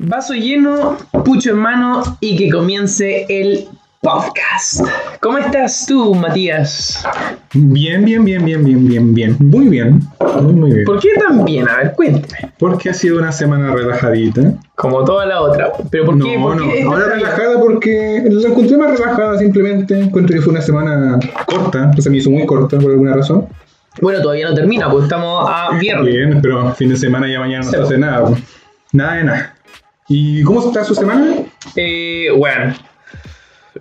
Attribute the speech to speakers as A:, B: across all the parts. A: Vaso lleno, pucho en mano y que comience el podcast. ¿Cómo estás tú, Matías?
B: Bien, bien, bien, bien, bien, bien, bien. Muy bien. Muy, muy bien.
A: ¿Por qué tan bien? A ver, cuéntame.
B: Porque ha sido una semana relajadita.
A: Como toda la otra. ¿Pero por
B: no,
A: qué? ¿Por
B: no.
A: qué esta
B: Ahora
A: tan-
B: relajada porque la encontré más relajada simplemente. Encontré que fue una semana corta. Se me hizo muy corta por alguna razón.
A: Bueno, todavía no termina, porque estamos a viernes.
B: Bien, pero fin de semana ya mañana no se
A: Sí.
B: hace nada. pues. Nada de nada. ¿Y cómo está su semana?
A: Eh, bueno.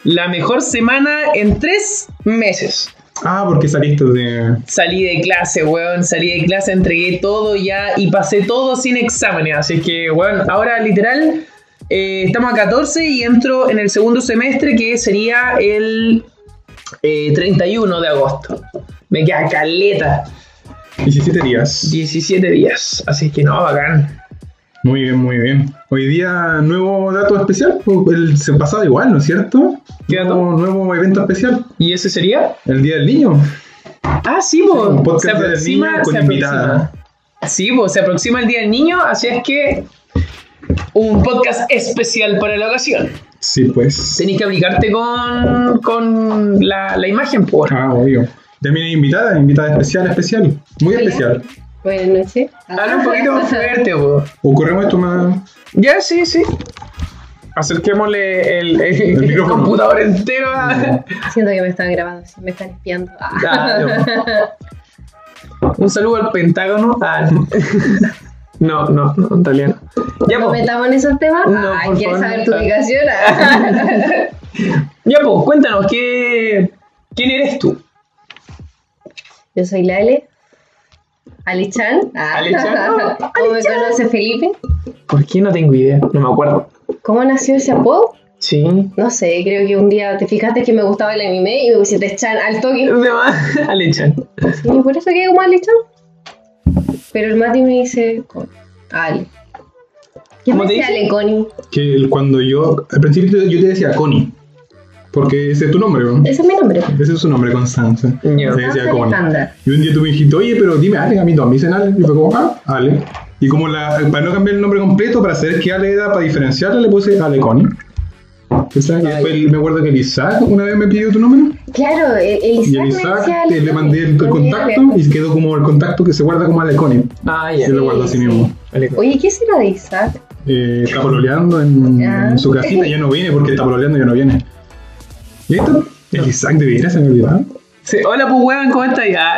A: La mejor semana en tres meses.
B: Ah, porque saliste de...
A: Salí de clase, weón. Salí de clase, entregué todo ya y pasé todo sin exámenes. Así que, weón, ahora literal eh, estamos a 14 y entro en el segundo semestre que sería el eh, 31 de agosto. Me queda caleta.
B: 17 días.
A: 17 días. Así que no, bacán.
B: Muy bien, muy bien. Hoy día, nuevo dato especial. Pues, El pasado igual, ¿no es cierto?
A: ¿Qué dato?
B: Nuevo, nuevo evento especial.
A: ¿Y ese sería?
B: El Día del Niño.
A: Ah, sí,
B: Un
A: po.
B: podcast
A: Se
B: del
A: aproxima,
B: niño con
A: se aproxima.
B: invitada.
A: Sí, po, se aproxima el Día del Niño, así es que un podcast especial para la ocasión.
B: Sí, pues.
A: Tenés que aplicarte con, con la, la imagen, por.
B: Ah, obvio. También hay invitada, invitada especial, especial. Muy
C: Hola.
B: especial.
C: Buenas noches.
A: Habla un poquito más fuerte, po.
B: Ocurremos esto más.
A: Ya, sí, sí. Acerquémosle el, el- el
B: micrófono.
A: computador entero a...
C: Siento que me están grabando, sí, me están espiando. Ah.
A: Claro. Un saludo al Pentágono. Ah, no. no, no, no, en realidad no. Ya,
C: ¿No
A: pues,
C: metamos en esos temas?
A: No,
C: Ah,
A: por
C: ¿Quieres
A: favor,
C: saber
A: no.
C: tu ubicación? Ah.
A: ya, po, cuéntanos, ¿qué, ¿quién eres tú?
C: Yo soy Lale. Ali Chan. Ah.
A: Ali Chan, no.
C: ¿Cómo me conoce Felipe?
A: ¿Por qué no tengo idea? No me acuerdo.
C: ¿Cómo nació ese apodo?
A: Sí.
C: No sé, creo que un día te fijaste que me gustaba el anime y me pusiste Chan al toque.
A: De más, Alechan.
C: Sí, Y por eso quedé como Ali Chan. Pero el Mati me dice con- Ali. ¿Qué
A: ¿Cómo
C: me
A: te
C: dice
A: dice?
C: Ale Connie?
B: Que el- cuando yo. Al principio yo te decía Connie. Porque ese es Ah, tu nombre, ¿no?
C: Ese es mi nombre.
B: Ese es su nombre, Constanza.
A: Ya.
B: Te decía
C: Constanza
B: Connie.
C: Alejandra.
B: Y un día tú me dijiste, oye, pero dime Ale, a mí todos me dicen Ale. Y fue como, ah, Ale. Y como la, para no cambiar el nombre completo, para saber qué Ale era, para diferenciarla, le puse Ale Connie. Esa- Y
A: Ay.
B: después el- me acuerdo que el Isaac una vez me pidió tu nombre.
C: Claro, el, el
B: Y
C: Isaac,
B: el
C: me decía
B: Isaac
C: Ale
B: te- le
C: Connie.
B: mandé el,
C: Con
B: contacto
C: Ale.
B: y quedó como el contacto que se guarda como Ale Connie.
A: Ah, ya.
B: Yo lo guardo así mismo.
A: Alechan.
C: Oye, ¿qué será de Isaac?
B: Eh, está pololeando en,
C: Ya.
B: en su casita, ya no viene porque está pololeando, ya no viene. ¿Listo? El Isaac de Vidra se me olvidaba.
A: Sí, Hola, pues, weón, ¿cómo estás? Ah,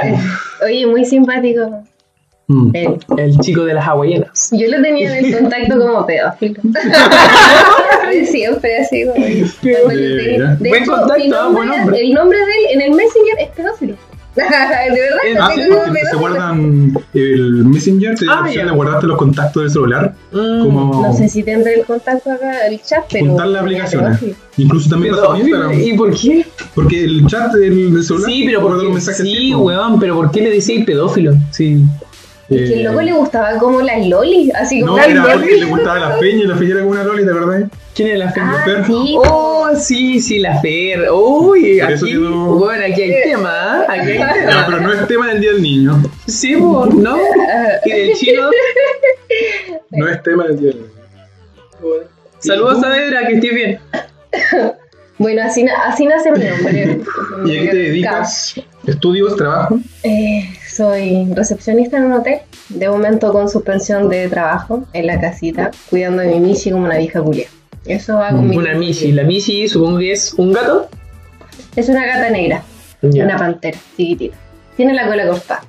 C: Oye, muy simpático.
B: Mm.
C: Él.
A: El chico de las hawaianas.
C: Yo lo tenía en el contacto como pedófilo. Siempre así. como-
B: veras.
C: De
A: Buen
C: hecho,
A: contacto,
C: mi
A: ah, buen hombre.
C: El nombre de él en el Messenger es pedófilo. De verdad,
A: Ah,
C: lo
B: Ah, sí,
C: tengo como
B: porque se
C: pedófilo.
B: guardan el Messenger, te da la
A: Ah,
B: opción
A: ya. Mm,
B: de guardarte los contactos del celular. Como
C: No sé si tendré el contacto acá, el chat, pero.
B: juntar las aplicaciones. Incluso también pasa
A: Pero,
B: con Instagram.
A: ¿Y por qué?
B: Porque el chat del del celular
A: Sí, pero
B: te guarda
A: por
B: los
A: qué,
B: mensajes
A: sí,
B: tipo,
A: weón, pero ¿por qué le decís pedófilo? Sí.
C: Es que el
B: eh,
C: loco le gustaba como las lolis, así como
B: No,
C: las
B: era porque
C: lolis.
B: le gustaba la peña y la peña era como una loli, ¿te acordás?
A: ¿Quién es la Fer?
C: Ah,
B: Fer.
C: sí.
A: Oh, sí, sí, la Fer. Uy,
B: Por eso
A: aquí,
B: quedó-
A: weón, aquí hay tema, ¿eh? Aquí hay
B: Ya, pero
A: tema.
B: no es tema del Día del Niño.
A: Sí, pues, ¿no? Y del chino.
B: No es tema del Día del Niño.
A: Saludos a Debra, que estés bien.
C: Bueno, así, na- así nace mi nombre.
B: ¿Y a qué te dedicas? ¿Estudios? ¿Trabajo?
C: Eh, soy recepcionista en un hotel, de momento con suspensión de trabajo en la casita, cuidando de mi Michi como una vieja culia. Eso va con mi.
A: Una Michi. La Michi supongo que es un gato.
C: Es una gata negra, una
A: Ya.
C: pantera, chiquitita. Tiene la cola corta.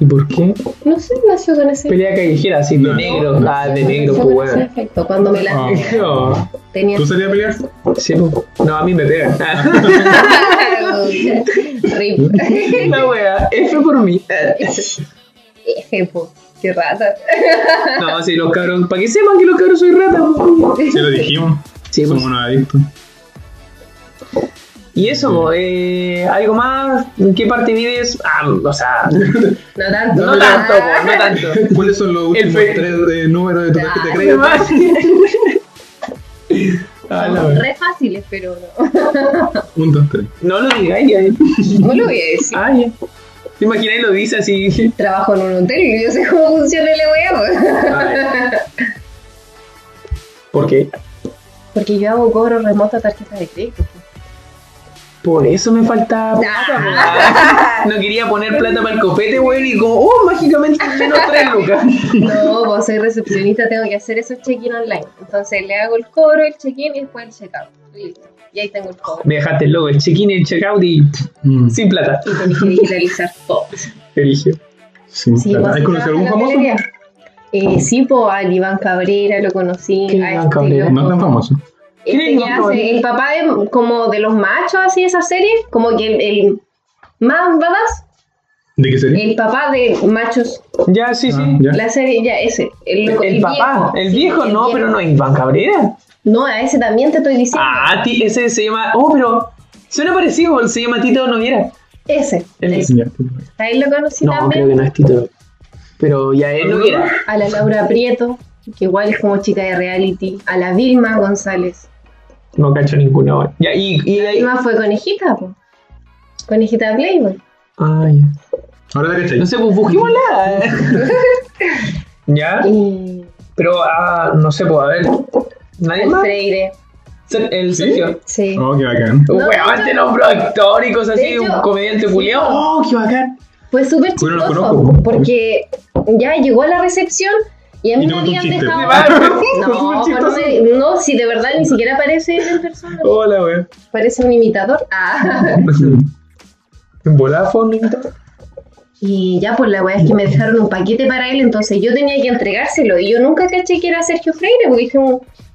A: ¿Y por qué?
C: No sé, nació con ese.
A: Pelea callejera, así, de
B: No.
A: negro.
C: No
A: Ah,
C: sé,
A: de
C: nació
A: negro,
C: con
A: pues,
C: ese
A: weón.
C: efecto, Cuando me la
B: Ah.
A: No.
C: tenía.
B: ¿Tú salías a pelear?
A: Sí, pues. No, a mí me pegan.
C: Rip.
A: La wea, F por mí.
C: Eje, po, Qué rata.
A: No, sí, los cabros. Para que sepan que los cabros soy rata. pues, po.
B: Sí, lo dijimos.
A: Sí, pues.
B: Somos unos adictos.
A: Y eso, po, eh, algo más. ¿En qué parte vives? Ah, o sea,
C: No tanto.
A: no tanto, po, no tanto.
B: ¿Cuáles son los últimos
A: fe-
B: tres eh, números de tu tarjeta de crédito?
A: Ah, la
C: Son
A: wea.
C: Re fáciles, pero no.
B: Un, dos, tres.
A: No lo digáis, ya. eh.
C: No lo voy a decir.
A: Ah, ya. ¿Te imagináis lo dice así?
C: Trabajo en un hotel y yo sé cómo funciona el EWM.
A: Ah, ya. ¿Por qué?
C: Porque yo hago cobro remoto a tarjeta de crédito.
A: Por eso me faltaba plata, No quería poner plata para el copete, weón, y como, oh, mágicamente menos tres lucas.
C: No, vos soy recepcionista, tengo que hacer esos check-in online. Entonces le hago el cobro, el check-in y después el check-out. Y listo. Y ahí tengo el cobro.
A: Me dejaste el logo, el check-in, el check-out y
B: Mm,
A: sin plata.
C: Y tenés que digitalizar todo.
A: Elige.
B: sí. pues,
C: Sí, vos
B: ¿Has conocido algún
C: trabajas en la
B: famoso?
C: galería. Eh, sí, po, al Iván Cabrera lo conocí.
A: ¿Quién es
C: a
A: Iván
C: este
A: Cabrera?
C: loco.
B: No tan famoso.
A: ¿Quién es
C: Este que
A: Iván Cabrera?
C: hace, el papá de, como de los machos, así, esa serie, como que el, el más badass,
B: ¿De qué serie?
C: el papá de machos,
A: Ya, sí, sí.
B: Ah, ya.
C: la serie, ya, ese, el,
A: El,
C: loco, el
A: papá,
C: viejo,
A: el
C: sí,
A: viejo,
C: el
A: no,
C: viejo.
A: pero no, Iván Cabrera.
C: No, a ese también te estoy diciendo.
A: Ah, ti- ese se llama. Oh, pero suena parecido, se llama Tito Noviera.
C: Ese.
A: El-
C: ese.
B: Ya. pues,
C: A él lo conocí
A: No, creo
C: también.
A: que no es Tito. Pero ya él Noviera.
C: A la Laura Prieto, que igual es como chica de reality. A la Vilma González.
A: No cacho ninguno. weón. Ya, y, y de ahí.
C: Vilma fue conejita, po. Conejita de Playboy.
A: Ay.
B: Ahora te
A: No
B: cachai.
A: sé, pues busquémosla. ya,
C: Y
A: pero ah, no sé, pues a ver. ¿Nadie
C: el
A: más?
C: Freire.
A: Se- El Sergio.
C: Sí.
B: Oh, qué bacán.
C: No,
A: Weón,
C: yo-
A: te nombró actor y cosas
C: De
A: así, un
C: hecho,
A: comediante
C: sí.
A: culiao. ¡Oh, qué bacán!
C: Fue súper
B: Yo no lo
C: chistoso.
B: conozco.
C: Porque ya llegó a la recepción y a mí
B: Y
C: no
B: te contó un
C: habían
B: chiste.
C: dejado.
A: Me va, fue
C: No,
A: súper
C: pero no, me- no, si de verdad ni siquiera aparece en persona.
A: Hola, weón.
C: Parece un imitador. Ah.
B: Mm.
A: ¿En volada fue un invitado?
C: Y ya, pues la weá es que me dejaron un paquete para él, entonces yo tenía que entregárselo. Y yo nunca caché que era Sergio Freire, porque dije un,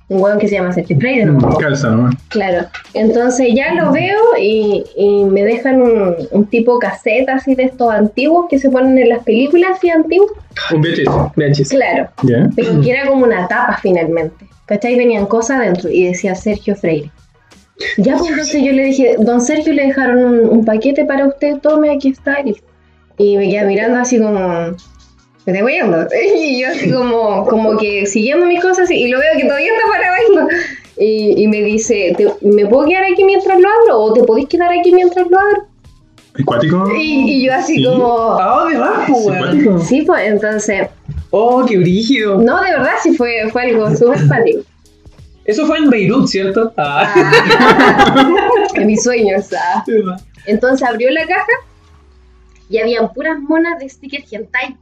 C: un weón que se llama Sergio Freire,
B: Mm,
C: ¿no?
B: Calza nomás.
C: Claro. Entonces ya lo veo y, y me dejan un, un tipo caseta así de estos antiguos que se ponen en las películas así antiguos.
B: Un VHS.
A: Vean, chis.
C: Claro.
B: Ya.
C: Pero que era como una tapa finalmente. ¿Cachai? Venían cosas adentro y decía Sergio Freire. Ya pues entonces yo le dije, don Sergio le dejaron un, un paquete para usted, tome, aquí está. Y, y me queda mirando así como, me estoy guiando. Y yo así como, como que siguiendo mis cosas y lo veo que todavía está para abajo. Y, y me dice, "¿Te- ¿me puedo quedar aquí mientras lo abro? ¿O te podéis quedar aquí mientras lo abro?
B: ¿Acuático?
C: Y, y yo así
B: Sí.
C: como,
A: ¿A dónde vas, pues, weón?
B: ¿Simpático?
C: sí, pues entonces,
A: Oh, qué brígido.
C: no, de verdad sí fue, fue algo súper simpático.
A: Eso fue en Beirut, ¿cierto? Ah.
C: en mis sueños. ah. Entonces abrió la caja y habían puras monas de sticker hentai.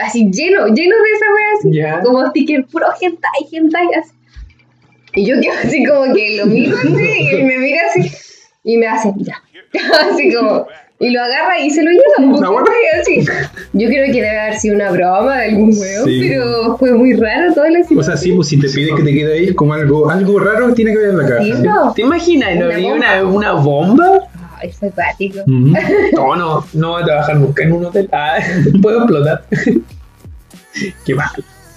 C: Así lleno, lleno de esa wea así.
A: Ya.
C: Como sticker puro hentai, hentai así. Y yo quedo así como que lo miro así y me mira así y me hace, mira. Así como. Y lo agarra y se lo lleva.
B: La buena.
C: porque así. Yo creo que debe haber sido una broma de algún huevo,
B: Sí.
C: pero fue muy raro todo la
B: O sea, sí, pues si te pide que te quede ahí, es como algo, algo raro tiene que ver en la cara.
C: situación. ¿no?
A: ¿Te imaginas? ¿No
C: Una
A: había
C: bomba.
A: una, una bomba?
C: Ay, fue acuático.
B: Ujú.
A: No, no, no voy a trabajar nunca en un hotel. Ah, puedo explotar. qué mal.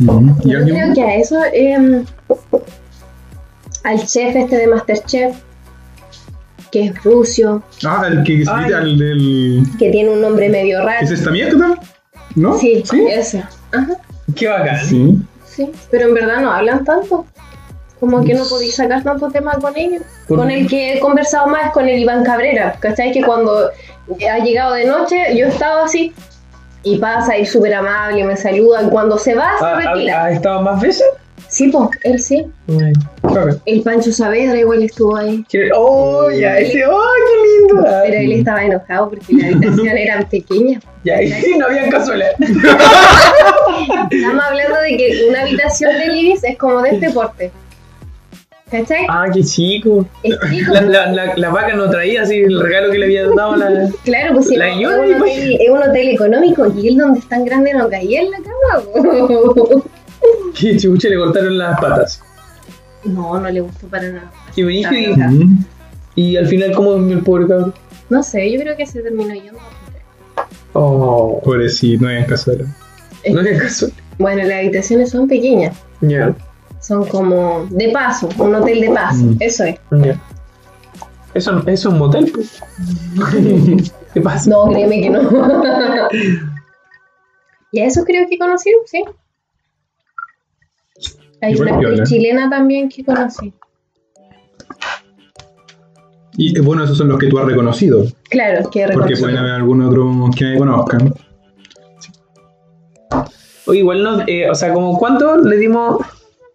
B: Ujú. ¿Y
C: Yo creo
B: alguien?
C: que a eso, em, al chef este de Masterchef, que es ruso,
B: Ah, el que se
A: Ay.
B: grita, el del.
C: que tiene un nombre medio raro.
B: ¿Es esta mierda? ¿No?
C: Sí, ese. Ajá,
A: Qué bacán.
B: Sí.
C: sí. Pero en verdad no hablan tanto. Como que no podéis sacar tanto tema con ellos.
A: ¿Por
C: Con
A: qué?
C: el que he conversado más es con el Iván Cabrera. ¿Cachai? Que cuando ha llegado de noche, yo estaba así. Y pasa y es súper amable, me saluda. Y cuando se va, se
A: Ah, ah,
C: retira.
A: ¿Has estado más veces?
C: Sí, pues, él sí.
A: Ay, qué bacán.
C: El Pancho Saavedra igual estuvo ahí.
A: Qué- Oh, ya, ese, oh, qué lindo. Ah,
C: Pero él estaba enojado porque la habitación era pequeña.
A: Ya, y no había cazuela.
C: Estamos hablando de que una habitación de Libis es como de este porte. ¿Cachai?
A: Ah, qué chico.
C: Es chico.
A: La, la, la, la vaca no traía así el regalo que le había dado la.
C: Claro, pues si
A: La
C: no, es,
A: Ioni,
C: un
A: pues.
C: hotel, es un hotel económico y él donde es tan grande no caía en la cama. po.
A: Qué chuche, le cortaron las patas.
C: No, no le gustó para nada.
A: Qué brígido.
C: La
A: Y,
C: verdad.
B: Ujú.
A: y al final, ¿cómo durmió el pobre cabrón?
C: No sé, yo creo que se terminó yendo. a hotel.
A: Oh,
B: Pobrecito, no hay en cazuela.
A: no había cazuela.
C: Bueno, las habitaciones son pequeñas.
A: Ya,
C: Son como de paso, un hotel de paso.
B: Mm.
C: Eso es.
A: ya. Eso, eso es un motel, pues. ¿Qué pasa?
C: No, créeme que no. y a eso creo que conocí, sí. Hay
B: Igual
C: una
B: piola.
C: actriz chilena también que conocí.
B: Y eh, bueno, esos son los que tú has reconocido.
C: Claro, que
B: Porque
C: reconozco.
B: pueden haber algún otro que nadie conozca.
A: O igual no, eh, o sea, como cuánto le dimos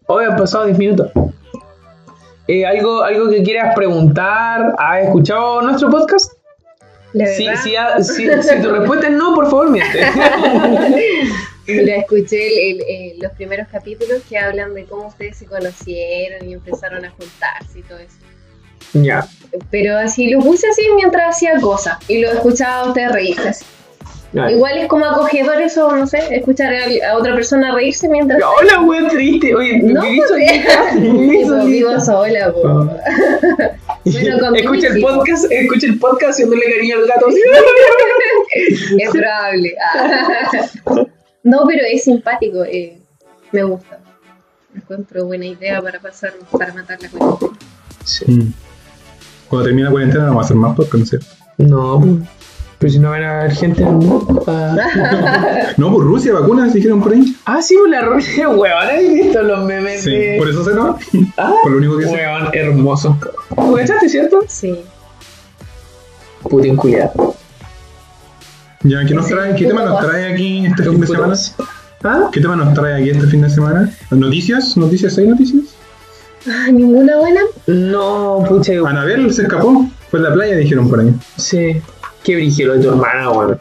A: Hoy han pasado 10 minutos. Eh, ¿algo, ¿Algo que quieras preguntar? ¿Has escuchado nuestro podcast?
C: La
A: Sí,
C: verdad,
A: sí, ah, sí, si tu respuesta es no, por favor, miente.
C: mira, escuché el- el- eh, los primeros capítulos que hablan de cómo ustedes se conocieron y empezaron a juntarse y todo eso.
A: ya.
C: Pero así lo puse así mientras hacía cosas y lo escuchaba a ustedes reírse así.
B: Ah.
A: ya.
C: Igual es como acogedor eso, no sé, escuchar a, a otra persona reírse mientras...
A: Hola, wea triste. Oye,
C: No,
A: viví
C: porque-
A: solita, viví
C: Tipo, vivo
A: solita.
C: sola, po. Bueno, con
A: escucha el
C: Mickey, po.
A: podcast, escucha el podcast haciéndole cariño al gato.
C: es probable. Ah. No, pero es simpático. eh, me gusta. Encuentro buena idea para pasar, para matar la cuenta.
B: Mm. Cuando termine la cuarentena vamos a hacer más podcast, ¿no es cierto?
A: No, pero si no van a haber gente.
B: No, por Rusia, vacunas, dijeron por ahí.
A: Ah, sí, la Rusia, weón. ¿Has visto los memes?
B: Sí,
A: de-
B: por eso se acaba.
A: Ah,
B: Por lo único que sé.
A: weón, hermoso. ¿Lo cachaste, cierto?
C: Sí.
A: Putin culiado.
B: Ya, ¿qué, nos trae, ¿qué tema nos trae aquí este fin de semana?
A: ¿Ah?
B: ¿Qué tema nos trae aquí este fin de semana? ¿Noticias? ¿Noticias? ¿Hay noticias?
C: Ah, ¿Ninguna buena?
A: No, pucha,
B: Anabel se escapó. Fue a la playa, dijeron por ahí.
A: Sí. Qué brillo lo de tu hermana, weón.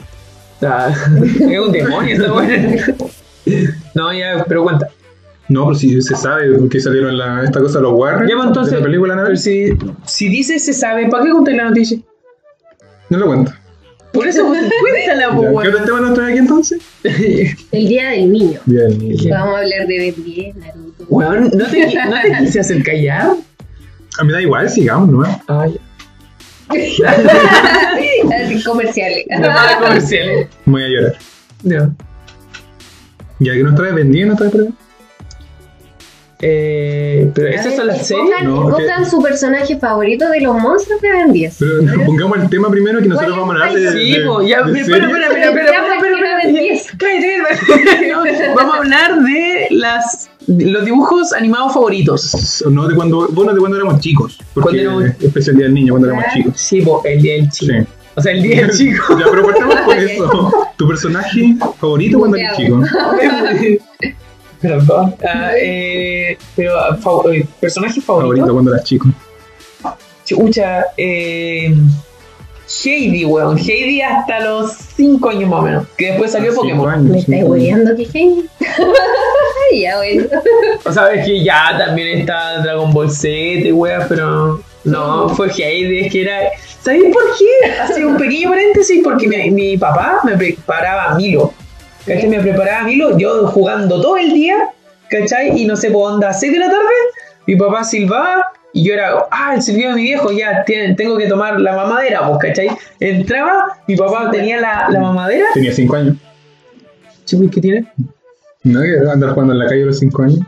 A: Ah, es un demonio esta weón. No, ya, pero cuenta.
B: No, pero si se sabe que salieron la, esta cosa los Warren.
A: Ya, pues, entonces.
B: De la película Anabel.
A: pero si, si dices se sabe, ¿para qué contáis la noticia?
B: No lo cuento.
A: Por eso, pues, cuéntala,
B: Ya,
A: pues,
B: ¿Qué otro
A: weón.
B: tema nos trae aquí entonces?
C: El día del niño.
B: Bien, y-
A: Ya.
C: Vamos a hablar de Ben 10, Naruto.
A: Weón, ¿no te, qui- ¿no te quise hacer callar?
B: A mí da igual, sigamos nomás.
A: Ay,
C: Así, comerciales.
A: no, no, comerciales.
B: Me voy a llorar.
A: eh. No.
B: Ya que nos trae vendida, nos trae por ahí?
A: Eh, pero
C: Ah. A
A: esas
C: ver,
A: son las series.
C: escojan-
B: No,
C: escojan su personaje favorito de los monstruos de Ben 10.
B: Pero pongamos el tema primero que nosotros
C: ¿Cuál
B: vamos a hablar
C: es
B: de.
C: el
A: Sí,
B: de-
A: pues, ya,
B: de
A: espera, espera,
B: series.
A: espera, espera,
C: Ya,
A: espera,
C: pues,
A: espera,
C: quiero ver diez.
A: espera. Cállate, no, Vamos a hablar de las, de los dibujos animados favoritos.
B: No de cuando, bueno, de cuando éramos chicos. Porque
A: Cuando éramos-
B: especial día del niño, cuando éramos
C: Ah.
B: chicos.
A: Sí, po, el día del
B: Sí.
A: chico. O sea, el día del chico.
B: Ya, pero partamos por eso. Tu personaje favorito cuando eres chico.
A: Perdón. Ah, eh, pero, ah, fav- eh, personaje
B: Favorito
A: favorito.
B: cuando eras chico.
A: Chucha, eh, Heidi, weón. Heidi hasta los 5 años más o menos. Que después salió
B: Cinco
A: Pokémon.
B: años,
C: Me
B: cinco
C: estáis
B: años.
C: hueveando, qué genio. ya, bueno.
A: O sea, es que ya también está Dragon Ball Z, weón, pero no, fue Heidi, es que era... ¿Sabéis por qué? Hace un pequeño paréntesis, porque mi, mi papá me preparaba Milo. ¿Cachai? Me preparaba Milo, yo jugando todo el día, ¿cachai? Y no sé, por onda, 6 de la tarde, mi papá silbaba y yo era, ah, el silbido de mi viejo, ya, tiene- tengo que tomar la mamadera, pues, ¿cachai? Entraba, mi papá tenía la, la mamadera.
B: Tenía 5 años.
A: Chuy, ¿qué tiene?
B: ¿No? Que Andar jugando en la calle a los 5 años.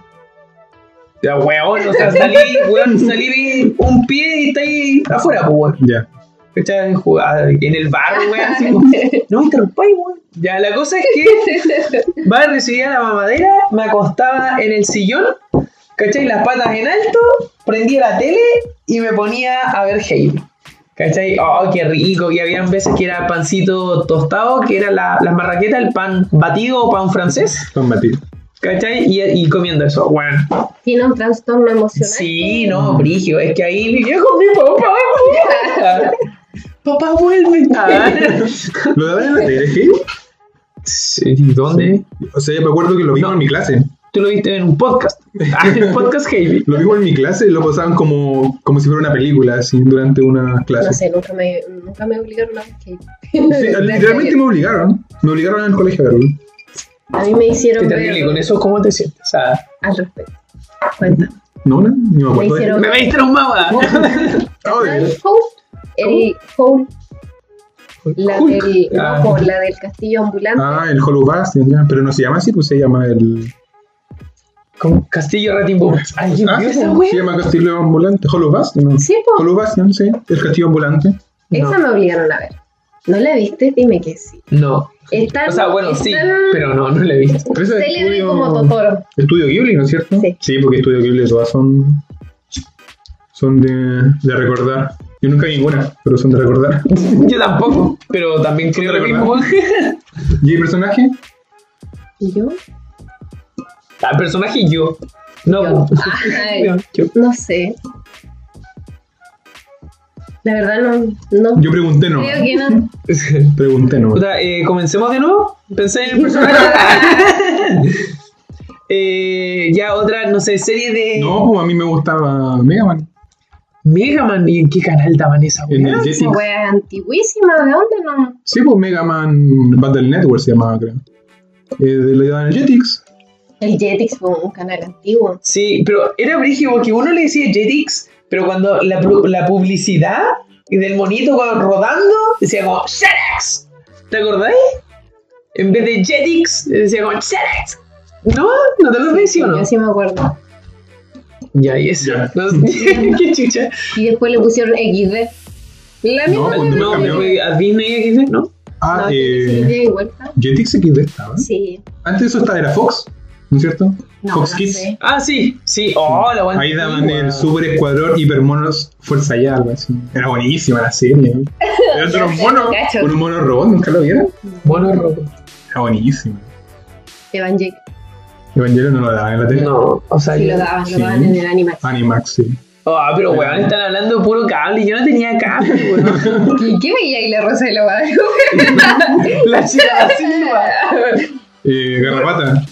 A: Ya, weón, o sea, salí, weón, salí vi un pie y está ahí afuera, pues, weón.
B: Ya.
A: ¿Cachai? Jugada, En el bar, weón, así como, no me interrumpáis, weón. Ya, la cosa es que va a recibir la mamadera, me acostaba en el sillón, ¿cachai? Las patas en alto, prendía la tele y me ponía a ver Heidi. ¿Cachai? Oh, qué rico. Y habían veces que era pancito tostado, que era la, la marraqueta, el pan batido o pan francés.
B: Don Matilde.
A: ¿Cachai? Y, y comiendo eso, weón.
C: Tiene un trastorno emocional.
A: Sí, no, Brigio, es que ahí vivía con mi papá. papá vuelve.
B: ¿Lo daban en la tele, Heidi?
A: ¿Dónde?
B: O sea, yo me acuerdo que lo vimos en mi clase.
A: Tú lo viste en un podcast. Ah, en el podcast Heavy.
B: Lo vimos en mi clase y lo pasaban como, como si fuera una película, así, durante una
C: No
B: clase.
C: sé, nunca me, nunca me obligaron a ver
B: Sí,
C: Kate.
B: literalmente me obligaron. Me obligaron al colegio a verlo.
C: A mí me hicieron
A: Qué
C: ver
A: terrible, con eso, ¿cómo te sientes? O sea,
C: al respecto. Cuenta.
B: No, no, ni me
C: Me
B: acuerdo. de-
C: hicieron
A: me veis traumada.
B: Ah, de veras.
C: El Howl. La
A: Hulk.
C: del, no,
A: Ah.
C: Howl, la del castillo ambulante.
B: Ah, el Hollow Bastion, ya. Pero no se llama así, pues se llama el.
A: Con Castillo Ratimbo. ¿Alguien
B: Ah,
A: vio
B: sí,
A: esa
B: se
A: wea?
B: llama Castillo Ambulante. Hollow Bastion, ¿no?
C: Sí, po.
B: Hollow Bastion, sí. El Castillo Ambulante.
C: Esa me obligaron a ver. ¿No la viste? Dime que sí.
A: No.
C: Está,
A: O sea, bueno, sí,
C: está
A: pero no, no la he visto.
B: Pero ese es
C: Célebre
B: estudio-
C: como Totoro.
B: Estudio Ghibli, ¿no es cierto?
C: Sí.
B: porque Estudio Ghibli todas son. Son de, de recordar. Yo nunca vi ninguna, pero son de recordar.
A: Yo tampoco, pero también creo lo mismo.
B: ¿Y el personaje?
C: ¿Y yo?
A: Al Ah, personaje yo. No.
C: Ay, no sé. La verdad no, no.
B: Yo pregunté no.
C: Creo que no.
B: Pregunté no.
A: Puta, eh, comencemos de nuevo. Pensé en el personaje. Eh, ya otra, no sé, serie
C: eh.
A: de
B: No, pues a mí me gustaba Mega Man.
A: Mega Man. ¿Y en qué canal daban esa
B: En
A: weá?
B: el
C: Esa
B: Jetix.
C: wea es Pues, antiguísima, ¿de dónde no?
B: Sí, pues Mega Man Battle Network se llamaba, creo. Eh, de la edad del Jetix.
C: El Jetix fue un canal antiguo.
A: Sí, pero era brígido porque uno le decía Jetix, pero cuando la, pu- la publicidad del monito cuando rodando decía como Jetix. ¿Te acordáis? En vez de Jetix decía como Jetix. ¿No? ¿No te lo decía o no?
C: Yo sí me acuerdo.
A: Ya, y eso.
B: Ya.
A: No, qué chucha.
C: Y después le pusieron XD. La
B: No,
C: misma wea,
B: no,
A: No,
B: cambió.
A: fue a Disney XD, ¿no?
B: Ah,
C: No, Jetix
B: eh.
C: XD igual está.
B: Jetix XD estaba.
C: Sí.
B: Antes eso estaba, era Fox, ¿no es cierto?
C: No,
B: Fox
C: no
B: Kids.
C: sé.
A: Ah, sí, sí. Oh, la buena.
B: Ahí daban el Super Escuadrón Hipermonos Fuerza Ya, algo así. Era buenísima la serie. ¿no? Eran de unos monos,
C: Cacho.
B: unos monos robots, nunca lo vieron.
A: Mono rojo.
B: Era buenísima.
C: Evangelion.
B: Evangelio no lo daban en la tele.
A: No, o sea,
C: Sí,
A: yo-
C: Ah, lo daban,
B: Ah, Sí.
C: lo daban en el Animax.
B: Animax, sí.
A: Ah, pero weón, están hablando puro cable. Yo no tenía cable, weón.
C: ¿Y qué veía ahí la Rosa de la Guadalupe?
A: la chica da Silva.
B: Eh, Garrapata.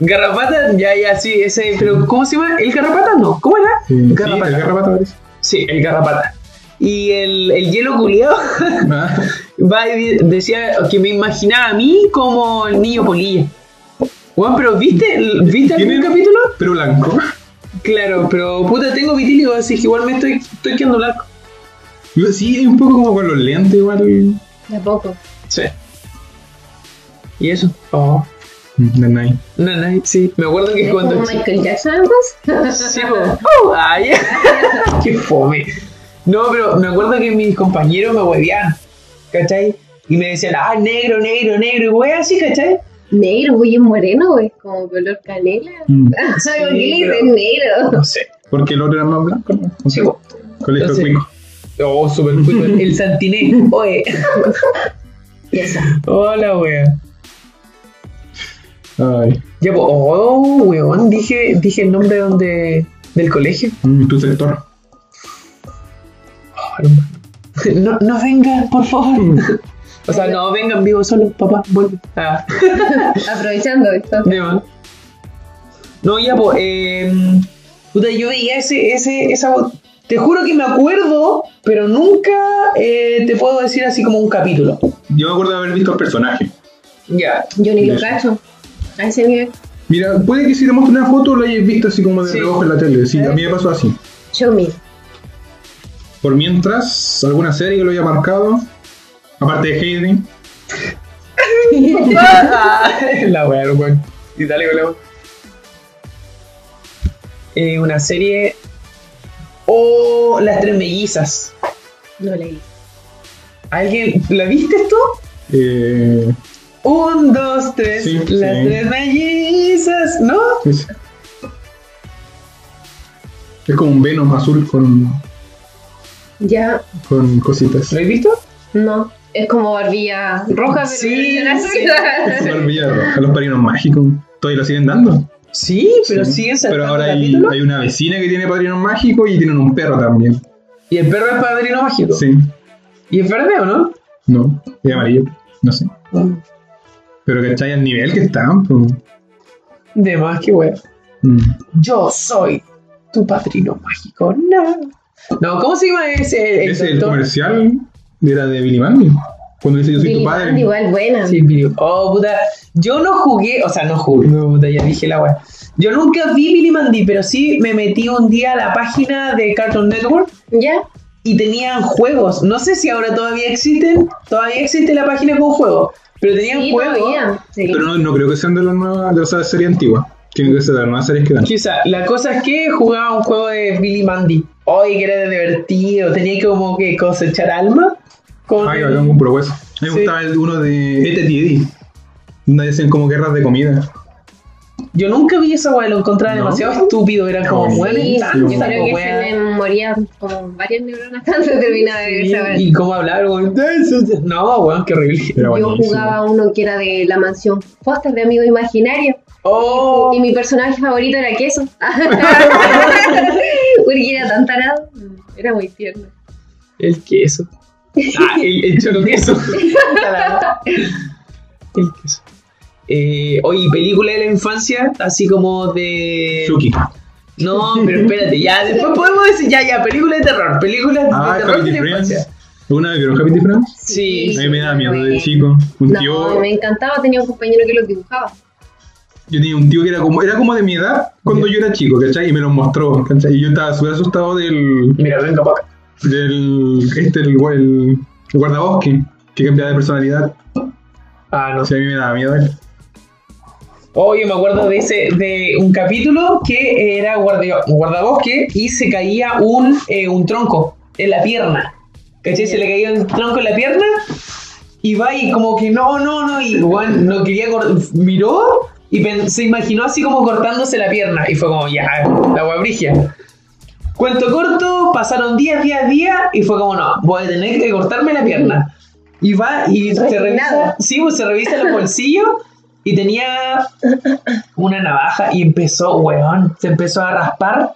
A: Garrapata, ya, ya, sí, ese. Pero, ¿cómo se llama? ¿El Garrapata? No, ¿cómo era?
B: Eh, sí,
A: Garrapata.
B: el Garrapata parece.
A: Sí, el Garrapata. Y el, el hielo culiado
B: Ah,
A: va y de- decía que me imaginaba a mí como el niño polilla. Weón, pero ¿viste, ¿viste algún
B: ¿Tienen-
A: capítulo?
B: Pero blanco.
A: Claro, pero puta, tengo vitíligo, así que igual me estoy, estoy quedando blanco.
B: Yo, sí, es un poco como con los lentes igual.
C: Tampoco.
A: Sí. ¿Y eso? Oh.
B: Mm, no, no hay.
A: No, no, sí. Me acuerdo que
C: ¿Es como
A: cuando.
C: Michael Jackson ambos?
A: Sí, po. ¡Oh! ¡Ay! ¡Qué fome! No, pero me acuerdo que mis compañeros me huevían, ¿cachai? Y me decían, ah, negro, negro, negro, y wea así, ¿cachai?
C: Negro, güey, es moreno, güey, como color canela.
B: Mm.
A: ¿Eh?
C: Ay, ¿por qué le
A: pero-
C: dicen negro?
A: No sé.
B: Porque el otro era más blanco, ¿no? No sé.
A: Sí, po.
B: Colegio
A: Entonces-
B: cuico.
A: Oh, super cuico. El santiné, oe. Hola, wea.
B: Ay.
A: Ya, po. Oh, weón, dije, dije el nombre donde, del colegio.
B: Mm, tu sector.
A: Oh, hermano. No, no vengan, por favor. O sea, no vengan vivo solo, papá, vuelve. Ah.
C: Aprovechando esto.
A: De más. No, ya, pues, puta, yo veía ese, ese, esa, te juro que me acuerdo, pero nunca eh, te puedo decir así como un capítulo.
B: Yo me acuerdo de haber visto el personaje.
A: Ya.
C: Yo ni lo
B: Eso.
C: cacho. A ese nivel.
B: Mira, puede que si te muestro una foto lo hayas visto así como de
A: Sí.
B: reojo en la tele. Sí, a mí me pasó así.
C: Show me.
B: Por mientras, alguna serie que lo haya marcado. Aparte de Heidi.
A: la wea, weón. Y dale con la wea. Eh, una serie. O Las Tres Mellizas.
C: No leí.
A: ¿Alguien. ¿La viste tú?
B: Eh,
A: Un, dos, tres.
B: Sí,
A: las
B: sí.
A: Tres Mellizas, ¿no?
B: es, es como un Venom azul con,
C: Ya,
B: con cositas.
A: ¿Lo has visto?
C: no. Es como barbilla roja, pero
A: Sí,
C: versión azul.
B: Barbilla, A los parinos mágicos. Todavía lo siguen dando.
A: Sí, pero siguen
B: Pero
A: saltando
B: ahora hay,
A: capítulos.
B: hay una vecina que tiene padrinos mágicos y tienen un perro también.
A: Y el perro es padrino mágico.
B: Sí,
A: ¿Y es verde o no?
B: no, es amarillo, no sé. Pero cachai al nivel que están. pues.
A: De más que bueno.
B: Mm.
A: Yo soy tu padrino mágico. No. No, ¿cómo se llama ese? El,
B: Ese el
A: doctor?
B: comercial era de Billy Mandy. Cuando dice yo soy tu
C: Billy
B: padre.
C: Band Igual buena.
A: Sí, Billy. Oh, puta. Yo no jugué, o sea, no jugué, no, puta, ya dije la weá. Yo nunca vi Billy Mandy, pero sí me metí un día a la página de Cartoon Network
C: Ya,
A: y tenían juegos. No sé si ahora todavía existen, todavía existe la página con juegos, pero tenían
C: sí,
A: juegos.
C: todavía. Sí.
B: Pero no, no creo que sean de la nueva, de esa serie antigua. Tienen que ser de las nuevas series que dan.
A: Quizá, la cosa es que jugaba un juego de Billy Mandy. Oye, que era divertido, tenía como que cosechar alma. Con...
B: Ay, bacán, un E puro hueso. A mí me
A: Sí.
B: gustaba el uno de ETTD. Donde hacen como guerras de comida.
A: Yo nunca vi esa weá, lo encontraba
B: ¿No?
A: demasiado estúpido, era como
B: Sí,
A: bueno
C: Sí,
A: y
C: yo
A: tanto,
B: sí,
C: creo que
A: weá.
C: se me morían como varias neuronas cuando terminaba de ver
A: Sí,
C: esa wea.
A: y cómo hablar, weón. No, weón, qué horrible.
B: Era
C: Yo
B: buenísimo.
C: jugaba uno que era de la mansión Foster de Amigo Imaginario.
A: Oh,
C: Y mi personaje favorito era queso. Porque era tan tarado. Era muy tierno.
A: el queso. Ah, el, el choro queso. el queso. Eh, oye, película de la infancia, así como de.
B: Suki.
A: No, pero espérate, ya, después podemos decir, ya, ya, película de terror, película
B: Ah,
A: de terror de
B: Happy
A: la
B: Friends.
A: infancia.
B: ¿Alguna vez vieron Happy Friends?
A: Sí.
B: A mí me daba miedo de chico. Un
C: No,
B: tío.
C: me encantaba, tenía un compañero que los dibujaba.
B: Yo tenía un tío que era como, era como de mi edad cuando yo era chico, ¿cachai? Y me los mostró, ¿cachai? Y yo estaba súper asustado del.
A: Mira, venga, pa' acá.
B: del. este, el, gua- el guardabosque, que cambiaba de personalidad.
A: Ah, no
B: O sea, a mí me daba miedo él.
A: Oye, me acuerdo de ese, de un capítulo que era guardia- guardabosque y se caía un, eh, un tronco en la pierna. ¿Cachai? Se le caía un tronco en la pierna y va y como que no, no, no, y bueno, no quería cor- miró y pen- se imaginó así como cortándose la pierna y fue como, ya, la guabrigia. Cuento corto, pasaron días, días, días y fue como, no, voy a tener que cortarme la pierna. Y va y se
C: Resignado.
A: revisa, sí, pues, se revisa los bolsillos y tenía una navaja y empezó, weón, se empezó a raspar.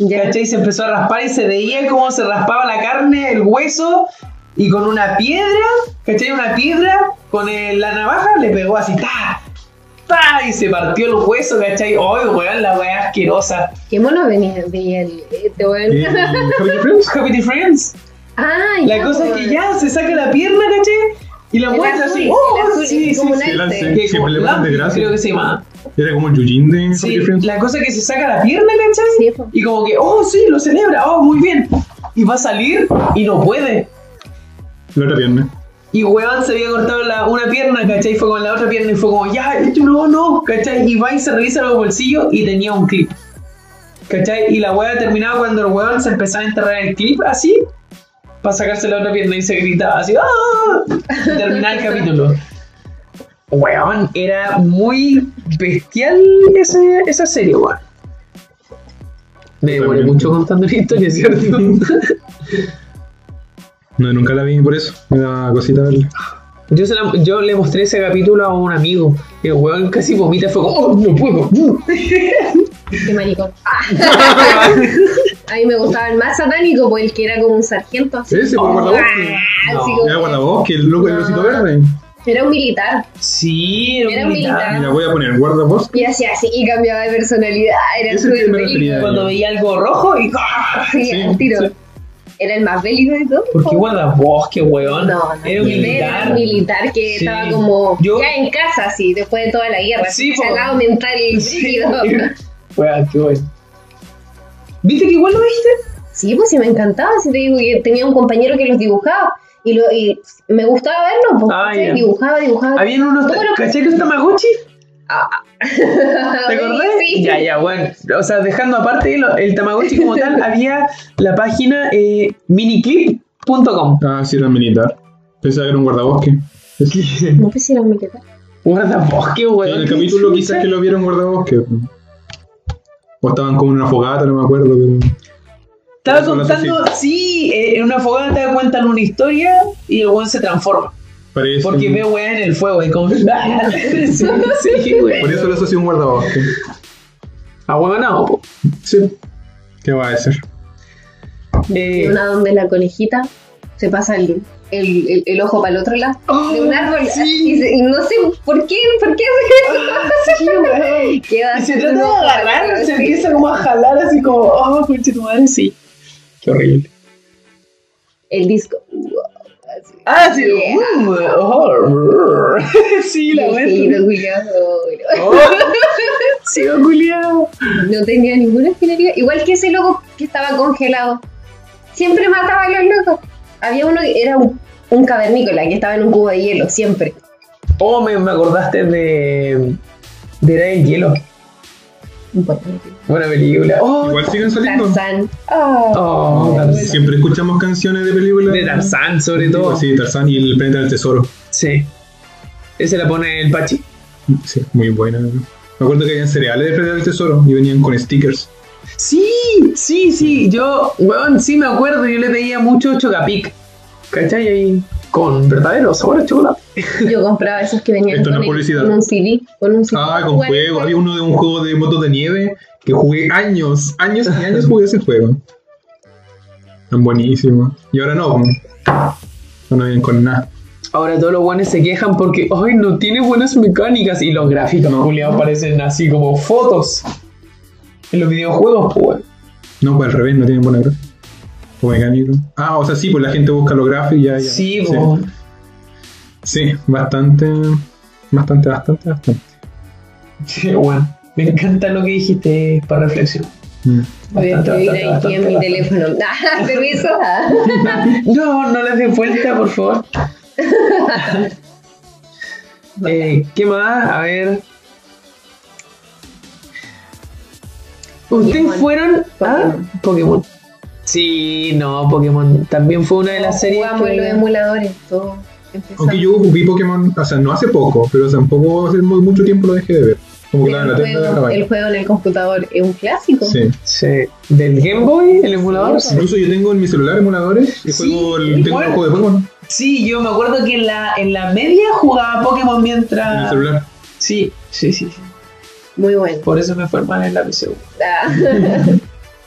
C: Ya.
A: ¿Cachai? Se empezó a raspar y se veía cómo se raspaba la carne, el hueso, y con una piedra, ¿cachai? Una piedra, con el- la navaja le pegó así, ¡ta! ¡ta! Y se partió el hueso, ¿cachai? ¡Ay, weón, la weá asquerosa!
C: Qué mono venía, veía el. Este weón.
B: Eh, ¿Happy Friends?
A: Happy Friends.
C: Ah,
A: La
C: ya,
A: cosa es
C: weón.
A: que ya se saca la pierna, ¿cachai? Y la
C: El
A: muestra
C: azul,
A: así,
C: el
A: ¡oh!
C: azul,
A: Sí, sí,
C: como
A: sí.
C: un
B: El
C: iceberg.
B: Ansel,
A: Que es
B: siempre
A: como
B: le pasan
A: Lampi,
B: de
A: creo
B: gracia.
A: que se llama.
B: Era como el Yujin de
A: Sí,
B: Happy Friends.
A: la cosa es que se saca la pierna, ¿cachai?
C: Sí, po.
A: Y como que, oh, sí, lo celebra, oh, muy bien. Y va a salir y no puede.
B: La otra pierna.
A: Y weón se había cortado la- una pierna, ¿cachai? Fue con la otra pierna y fue como, ya, esto no, no, ¿cachai? Y va y se revisa los bolsillos y tenía un clip. ¿Cachai? Y la weá terminaba cuando el weón se empezaba a enterrar el clip así, para sacarse la otra pierna y se gritaba así, ¡ah! Y terminaba el capítulo. Weón, era muy bestial ese- esa serie, weón. Me demoré mucho contando la historia, ¿cierto?
B: No, nunca la vi por eso. Me daba cosita verla.
A: Yo, se la- yo le mostré ese capítulo a un amigo. Y el weón casi vomita, fue como, oh, no puedo.
C: Qué maricón. A mí me gustaba el más satánico, pues el que era como un sargento así.
B: Ese,
A: Oh,
B: por el guardabosque.
C: Ah,
A: No,
C: así
B: Era el
C: como-
B: guardabosque, el loco, el
C: No.
B: osito verde.
C: Era un militar.
A: sí, era,
C: Era
A: un
C: militar.
A: militar.
B: Mira, voy a poner guardabosque.
C: Y hacía así y cambiaba de personalidad. Era
B: Ese
C: súper
B: que me
C: bélico.
B: refería.
A: Cuando veía algo rojo y.
C: Sí,
B: Sí,
C: al tiro.
B: sí.
C: Era el más bélico de todos. pues.
A: ¿Por qué guardabosque,
C: No,
A: weón?
C: no,
A: era un
C: y él era
A: militar.
C: un militar que
A: Sí.
C: estaba como
A: Yo-
C: ya en casa, así, después de toda la guerra.
A: Sí, po.
C: sacado mental y brígido.
A: Weón, qué bueno. ¿Viste que igual lo viste?
C: Sí, pues sí, me encantaba. Si te digo que tenía un compañero que los dibujaba y, lo, y me gustaba verlo, pues,
A: Ah,
C: ¿cachai?
A: ya.
C: dibujaba, dibujaba.
A: Habían unos.
C: ¿Cómo lo-
A: ¿Cachai que un Tamagotchi? ¿Te
C: Sí,
A: acordás?
C: Sí.
A: Ya, ya, bueno. O sea, dejando aparte lo- el Tamagotchi como tal, había la página eh, miniclip.com.
B: Ah, sí, era militar. Pensaba que era un guardabosque.
C: No sé si era un militar.
A: Guardabosque, weón.
B: en el
A: qué
B: capítulo
A: chucha.
B: quizás que lo vieron guardabosque. O estaban como en una fogata, no me acuerdo. Pero...
A: Estaba
B: Eso lo hace
A: contando, sí, eh, en una fogata cuentan una historia y el weón se transforma.
B: Parece
A: Porque ve weón en el fuego y como. ah, sí, sí,
B: Por
A: weón.
B: eso lo asocio a un guardabosque.
A: Ah, weón, no. po.
B: Sí. ¿Qué va a decir?
A: Eh,
C: Una donde la conejita se pasa el, el, el- el ojo para el otro lado
A: Oh,
C: de un árbol.
A: sí.
C: Y, se- y no sé por qué, por qué
A: sí, weón.
C: Queda
A: Y se
C: así,
A: trata de
C: no,
A: agarrar,
C: sí.
A: se empieza como a jalar así como, oh, conche tu madre, sí. Qué horrible.
C: el disco. Wow, así.
A: Ah, sí.
C: Yeah.
A: mm, oh, sí, la
C: Sí,
A: weón.
C: don Julián, oh,
A: Oh, sí, va culiao.
C: no tenía ninguna finalidad. Igual que ese loco que estaba congelado. Siempre mataba a los locos. Había uno que era un, un cavernícola que estaba en un cubo de hielo, siempre.
A: Oh, me, me acordaste de. de Era el Hielo.
C: Bueno,
A: Buena película. Oh,
B: Igual siguen saliendo.
C: Tarzán. Oh.
A: oh, Tarzán.
B: Siempre escuchamos canciones de películas.
A: De Tarzán, sobre todo.
B: Sí, Tarzán y el planeta del tesoro.
A: Sí. Ese la pone el Pachi.
B: Sí, muy buena. Me acuerdo que habían cereales de planeta del tesoro y venían con stickers.
A: Sí, sí, sí. Yo, weón, sí me acuerdo. Yo le pedía mucho Chocapic. ¿Cachai? Ahí. con verdadero sabor a chocolate.
C: Yo compraba esos que venían
B: Esto no
C: con,
B: es
C: el-
B: publicidad.
C: con un CD. Con un CD.
B: Ah, con
C: Bueno,
B: juego. Había uno de un juego de motos de nieve que jugué años, años y años jugué ese juego. Tan buenísimo. Y ahora no. pues. No nos vienen con nada.
A: Ahora todos los guanes se quejan porque, ay, no tiene buenas mecánicas. Y los gráficos,
B: No.
A: Julián, parecen así como fotos. En los videojuegos, pues, weón.
B: No, pues al revés, no tienen buena gráfica. O mecánico. Ah, o sea, sí, pues la gente busca los gráficos y ya. ya.
A: Sí, pues.
B: sí.
A: po.
B: Sí, bastante. Bastante, bastante, bastante.
A: Sí, weón. Me encanta lo que dijiste para reflexión.
B: Mm.
C: Voy a escribir
A: Bastante,
C: aquí en
A: bastante,
C: mi
A: bastante.
C: teléfono. Ah, permiso. Ah.
A: No, no las dé vuelta, por favor. Eh, ¿Qué más? A ver. ¿Ustedes
C: Pokémon.
A: fueron a
C: Pokémon.
A: Pokémon? Sí, no, Pokémon también fue una de las series.
C: Jugamos en los
A: que-
C: emuladores, todo. Empezamos.
B: Aunque yo jugué Pokémon, o sea, no hace poco, pero tampoco hace mu- mucho tiempo lo dejé de ver. Como que
C: Pero
B: la
C: el,
B: la tele de
C: juego,
B: la
C: el juego en el computador es un clásico.
B: Sí.
A: Sí, del Game Boy, el emulador.
C: Sí.
B: Incluso yo tengo en mi celular emuladores y
A: Sí,
B: juego el, tengo
A: igual.
B: el juego de Pokémon
A: Sí, yo me acuerdo que en la, en la media jugaba Pokémon
B: en
C: Ah.
B: el
A: mientras.
B: celular.
A: Sí, sí, sí. sí.
C: Muy bueno.
A: Por eso me fue mal en la PCU.
C: Ah.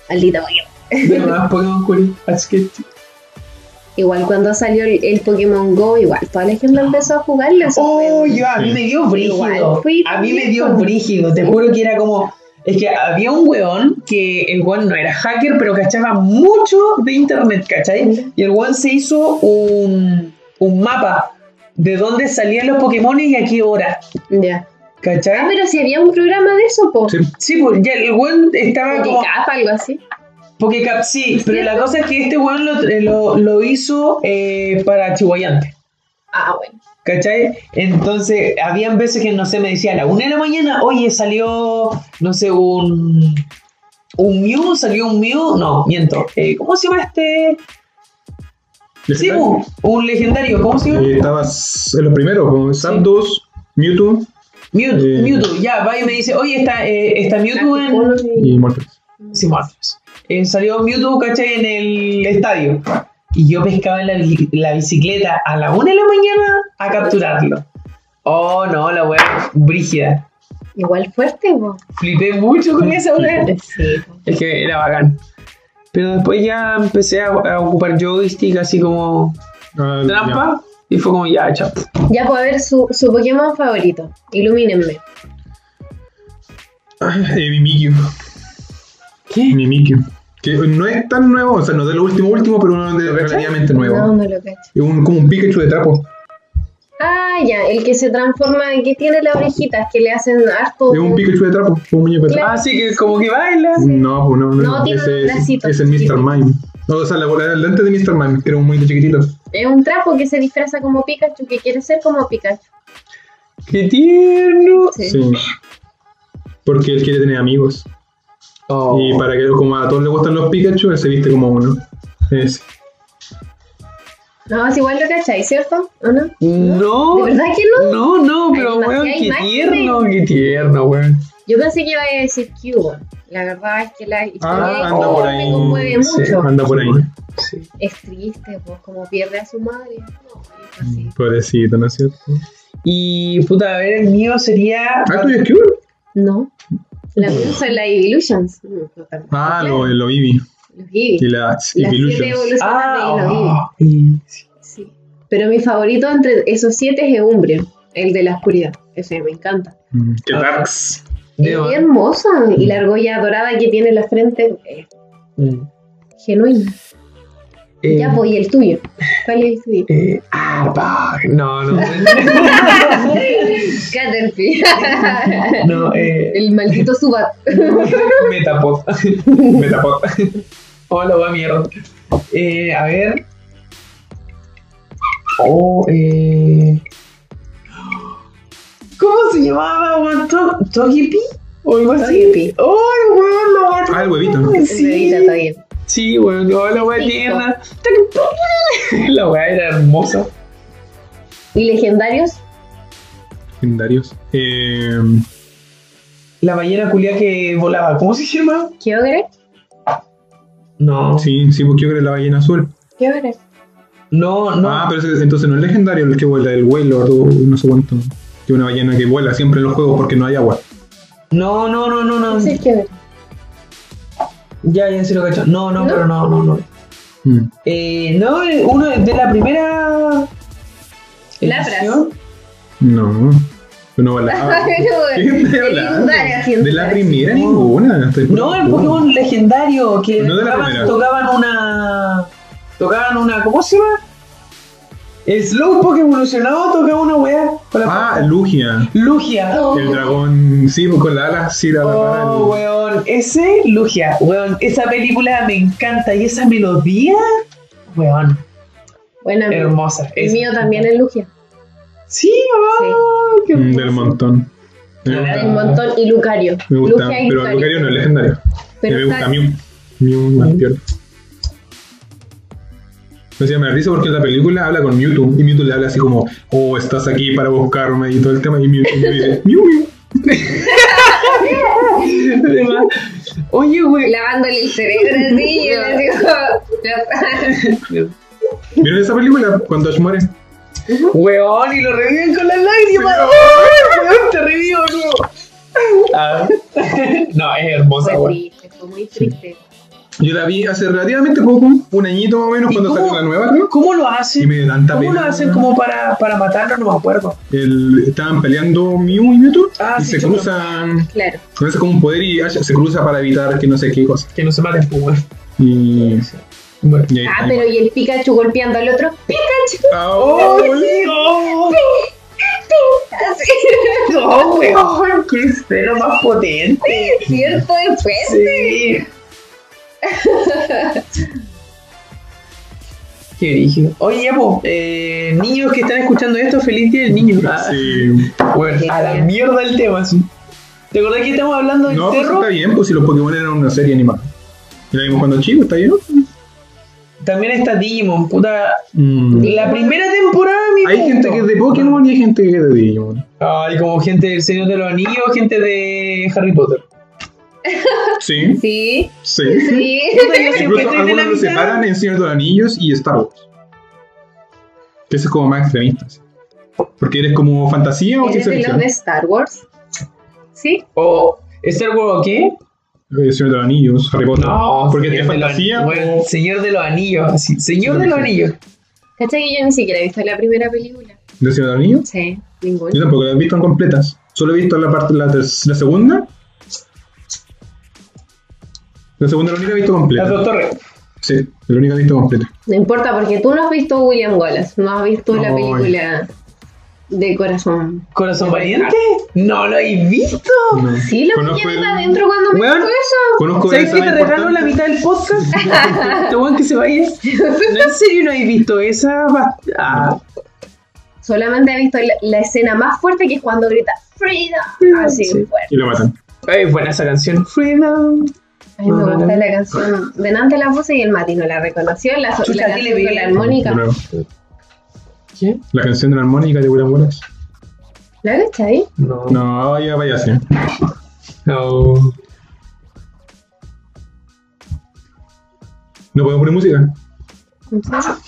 C: Maldita Pokémon.
A: Pero más Pokémon Query, así que-
C: Igual cuando salió el, el Pokémon Go, igual toda la gente empezó a jugarlo. eso
A: Oh,
C: fue-
A: yo, a mí
B: Sí.
A: me dio brígido.
C: Igual, fui
A: A mí me dio
C: con-
A: brígido. Te juro que era como. Es que había un weón que el weón no era hacker, pero cachaba mucho de internet, ¿cachai? Y el weón se hizo un, un mapa de dónde salían los Pokémon y a qué hora,
C: Ya. Ah,
A: ¿cachai?
C: pero si había un programa de eso, po.
B: Sí. Ah, oh.
A: Sí, pues ya el weón estaba como.
C: Pokécap, algo así.
A: Pokécap, sí, pero la cosa es que este weón lo, lo, lo hizo eh, para Chihuayante.
C: Ah, bueno.
A: ¿Cachai? Entonces, habían veces que, no sé, me decía a la una de la mañana, oye, salió, no sé, un. Un Mew, salió un Mew, no, miento. Eh, ¿Cómo se llama este? Sí, un, un legendario, ¿cómo se llama?
B: Eh, estabas en los primeros, con Zapdos, Mewtwo
A: Mewtwo,
B: eh.
A: Mewtwo, ya, va y me dice, oye, está, eh, está Mewtwo en.
C: Articuno
B: y Morpheus.
A: Sí, Morpheus. Eh, salió Mewtwo, ¿cachai? En el estadio. Y yo pescaba en la, bi- la bicicleta a la una de la mañana a capturarlo. Oh, no, la wea brígida.
C: y- Igual fuerte, po.
A: Flipé mucho con esa wea.
C: Sí, po.
A: Es que era bacán. Pero después ya empecé a, a ocupar joystick así como
B: Ah, ya.
A: trampa. Y fue como ya, chao.
C: Ya, pues a ver su, su Pokémon favorito. Ilumínenme.
B: Eh, Mimikyu.
A: ¿Qué?
B: Mimikyu. Que no es tan nuevo, o sea, no de lo último último, pero uno de
A: ¿Lo cachai?
B: relativamente
C: No,
B: nuevo.
C: no lo cacho.
B: Es un, como un Pikachu de trapo.
C: Ah, ya, el que se transforma, que tiene las orejitas, que le hacen harto.
B: Es un Pikachu de trapo, como un muñeco de trapo.
A: Ah, sí, que como que baila.
B: No, pues no, no,
C: No, tiene
B: ese
C: un
B: es,
C: bracito
B: es el Mr.
C: chiquitito.
B: Mime. No, o sea, la bola delante de Mr. Mime, que era un muñeco chiquitito.
C: Es un trapo que se disfraza como Pikachu, que quiere ser como Pikachu.
A: ¡Qué tierno!
C: Sí.
B: Sí. Porque él quiere tener amigos.
A: Oh.
B: Y para que como a todos les gustan los Pikachu, él se viste como uno. Es,
C: No, es igual lo cacháis, ¿cierto? ¿O no?
A: No,
C: ¿De verdad que no?
A: no, no, pero
C: Hay
A: weón, qué
C: demasiadas
A: tierno,
C: imágenes.
A: qué tierno, weón.
C: Yo pensé que iba a decir Cubo. La verdad es que la historia de
B: Ah, anda
C: Cubo
B: por
C: oh, me
B: ahí.
C: conmueve
A: Sí,
C: mucho.
B: anda por ahí.
A: Sí.
C: Es triste, pues, como pierde a su madre. No, es así.
B: Mm. Pobrecito, ¿no es cierto?
A: Y puta, a ver, el mío sería.
B: Ah, ¿tú eres Cure?
C: No. La mía son las Evolutions. Mm, totalmente.
B: Mm. Ah,
C: Claro,
B: lo, lo Eevee.
C: Los Eevee.
B: Y la
C: Las siete
B: Evolutions.
C: evoluciones de los Eevee.
A: Ah, oh, y-
C: Sí. Pero mi favorito entre esos siete es Eumbrion, el de la oscuridad. Ese me encanta.
B: Mm, Qué darks.
C: Es
A: Deba.
C: hermoso.
B: Mm.
C: Y la argolla dorada que tiene en la frente es
A: Mm.
C: genuina.
A: Eh,
C: Ya, pues, y el tuyo. ¿Cuál es el tuyo?
A: eh, ah, pa. No, no.
C: Caterpie.
A: no, eh.
C: el maldito Subat.
A: Metapod. Metapod. Hola, va mierda. Eh, a ver. Oh, eh. ¿Cómo se llamaba, weón? To- ¿Togepi? ¿O algo así?
C: Togepi.
A: ¡Oh, weón! Lo mató.
B: Ah, el huevito.
C: El bebita
A: Sí,
C: está bien.
A: sí weón. Oh, la weá
C: Pico.
A: tierna. La weá era hermosa.
C: ¿Y legendarios?
B: Legendarios. Eh,
A: La ballena culia que volaba. ¿Cómo se llama?
C: ¿Kyogre?
A: No.
B: pues sí, sí, porque yo creo que la ballena azul.
C: ¿Kyogre?
A: No, no.
B: Ah, pero ese- entonces no es legendario el que vuela, el Wailord o no sé cuánto. Que una ballena que vuela siempre en los juegos porque no hay agua.
A: No, no, no, no, no.
C: Entonces, ¿qué?
A: Ya, ya sí lo cacho. No, no,
C: ¿No?
A: pero no, no, no.
B: Mm.
A: Eh, no, eh, uno de la primera.
C: Lapras.
A: edición.
B: No. No volaba. ¿Quién te hablaba?
C: Legendaria, siento.
B: De la primera ninguna. estoy por-
A: No, el Pokémon legendario que
B: No de la
A: tocaban,
B: primera.
A: tocaban una. Tocaban una. ¿Cómo se llama? El Slowpoke evolucionado tocaba una weá. Con la
B: Ah, Lugia.
A: Lugia.
C: Oh.
B: El dragón, sí, pues, con la ala, sí, la la-
A: Oh, weón. Ese, Lugia. Weón, esa película me encanta. Y esa melodía, weón,
C: Bueno, el-
A: hermosa.
C: el
A: Es-
C: mío también es Lugia.
A: Sí, weón. qué
B: Mm,
A: hermoso.
B: Del montón. Me
A: Ah.
C: El
B: gusta,
C: montón y Lucario.
B: me gusta,
C: Lugia y
B: pero Lucario no es legendario.
C: Pero
B: me gusta
C: está-
B: Mew. Mew más peor. O sea, me da risa porque en la película habla con Mewtwo y Mewtwo le habla así como, oh, estás aquí para buscarme y todo el tema. Y Mewtwo le dice, Mew, Mew.
A: Además, Oye, weón.
C: Lavándole el cerebro así, y él así como-
B: ¿Vieron esa película cuando Ash muere?
A: Weón, y lo reviven con las lágrimas.
B: Sí,
A: ¡Oh, weón, te revivo, no. Ah, no, es hermosa,
C: Fue
A: weón.
C: triste, fue muy triste.
B: Yo la vi hace relativamente poco, un añito más o menos,
A: ¿Y
B: cuando
A: cómo-
B: salió la nueva, creo.
A: ¿Cómo lo
B: Y me
A: hacen?
B: dio tanta
A: ¿Cómo lo
B: pena.
A: hacen como para, para matarlo? No me acuerdo.
B: El- estaban peleando Mew y Mewtwo
A: Ah,
B: y
A: sí,
B: se
A: chulo.
B: cruzan,
C: Claro.
B: no sé como un poder y Ash se cruza para evitar que no sé qué cosa.
A: Que no se maten, pues, weón.
B: Y,
A: Bueno.
B: y ahí
C: Ah,
B: está.
C: pero y el Pikachu golpeando al otro. ¡Pikachu!
B: Ah,
A: ¡Oh,
B: oh,
A: Dios!
C: Así.
A: ¡No, weón! ¡Qué escena más potente!
C: ¿Cierto? Después.
A: Sí. Qué origen. Oye, ya, po, eh, niños que están escuchando esto, feliz día del niño. Ah,
B: Sí.
A: bueno, a la mierda el tema, sí. ¿Te acordás que estamos hablando del
B: No, pues
A: cerro?
B: está bien, pues si los Pokémon eran una serie animada. Y la vimos cuando chico, está bien.
A: También está Digimon, puta.
B: Mm.
A: La primera temporada, mi
B: Hay
A: puto.
B: gente que es de Pokémon y hay gente que es de Digimon.
A: Ay, como gente del Señor de los Anillos, gente de Harry Potter.
B: Sí,
C: Sí,
B: sí.
C: sí.
A: Puta, yo siempre
B: Incluso
A: estoy de la
B: algunos lo separan
A: mitad.
B: en Señor de los Anillos y Star Wars. Que eso es como más extremista. sí. Porque eres como fantasía o
C: ¿Eres
B: ciencia
C: de los
B: ficción.
C: de Star Wars? Sí.
A: ¿O Star Wars o Oh, qué?
B: Eh, Señor de los Anillos, Harry Potter.
A: Señor
B: porque es
A: de los
B: fantasía.
A: Anillos. Bueno, Señor de los Anillos, así. Señor de los Anillos.
C: ¿Cachai que yo ni siquiera he visto la primera película?
B: ¿De Señor de los Anillos?
C: Sí,
B: Yo
C: ninguna.
B: tampoco las he visto en completas. Solo he visto la parte, la, ter- la segunda. La segunda la única he visto
A: Las
B: completa.
A: dos torres.
B: Sí, la única he visto completa.
C: No importa, porque tú no has visto William Wallace, no has visto la
B: No,
C: película de corazón.
A: ¿Corazón valiente? No lo he visto.
B: No.
C: Ah, Sí, lo
B: Conozco
C: pillé
B: el-
C: adentro cuando me
A: Weón.
C: dijo eso.
B: Conozco
A: ¿Sabes
B: esa
A: que te regalo la
B: importante.
A: mitad del podcast? Te weón que se vaya. No, en serio no he visto esa. bast- Ah,
C: Solamente he visto la, la escena más fuerte que es cuando grita Frida. Así
A: Sí.
C: fuerte.
B: Y lo matan.
A: es eh, buena esa canción. Freedom.
C: A mí
B: Ah.
C: me
A: Ujú.
C: gusta la canción. Delante la puse y el Mati no la reconoció. La,
A: Chucha,
C: la
A: ¿qué le
C: canción con
A: pedí?
C: la
B: De
C: armónica.
B: nuevo.
A: ¿Qué?
B: La canción de la armónica de William Wallace.
C: ¿La cachai?
A: No.
B: No, ya vaya así.
A: No.
B: No podemos poner música.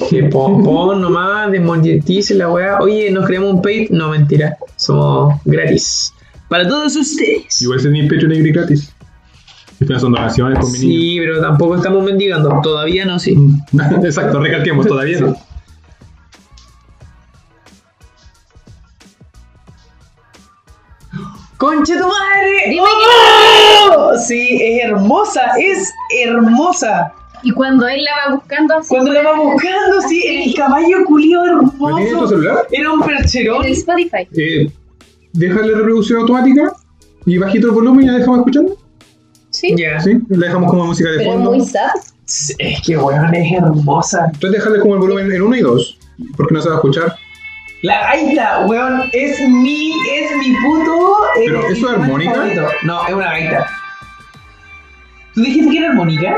A: Que pon, pon nomás, desmonetice la weá. Oye, ¿nos creamos un pay? No, mentira. Somos gratis. Para todos ustedes.
B: Igual ese es mi pecho negro y gratis. Estas son donaciones con mi niño.
A: Sí, pero tampoco estamos mendigando. Todavía no, sí.
B: Exacto, recalquemos todavía. no.
A: ¡Concha tu madre!
C: Dime
A: ¡Oh! Sí, es hermosa, es hermosa.
C: Y cuando él la va buscando así.
A: Cuando la va buscando, sí, el caballo culiado
B: ¿No tienes tu
A: hermoso.
B: celular?
A: Era un
C: En
A: percherón.
C: el Spotify.
B: Eh, deja la reproducción automática y bajito el volumen y la dejamos escuchando.
C: Sí.
A: Ya.
B: Sí, la dejamos como música de
C: Pero
B: fondo.
C: muy sad.
A: Sí, Es que weón, es hermosa.
B: Entonces dejarle como el volumen en 1 y 2, porque no se va a escuchar.
A: La gaita, weón, es mi, es mi puto. eh,
B: ¿Pero eso es armónica?
A: favorito. No, es una gaita. ¿Tú dijiste que era armónica?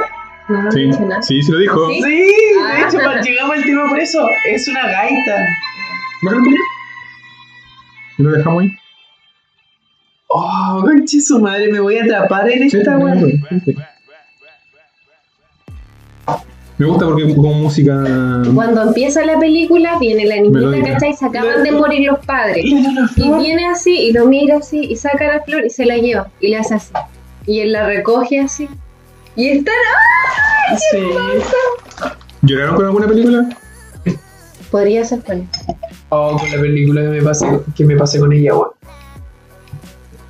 C: No, no
B: Sí,
C: he dicho nada.
B: sí, se lo dijo.
A: Sí,
C: Ah, Sí.
A: de
C: Ah.
A: hecho, pa- llegamos al tema por eso. Es una gaita.
B: Bájale un poquito. Y lo dejamos ahí.
A: Oh, conche su madre, me voy a atrapar en
B: Sí,
A: esta weón.
B: sí. Me gusta porque como música.
C: Cuando empieza la película, viene la niñita,
B: Melódica.
C: ¿cachai? Se acaban de morir los padres. Y viene así, y lo mira así, y saca la flor y se la lleva, y le hace así. Y él la recoge así. Y está. ¡Ah!
A: Sí.
B: ¿Lloraron con alguna película?
C: Podría ser con
A: Oh, con la película que me pasé, que me pasé con ella, weón.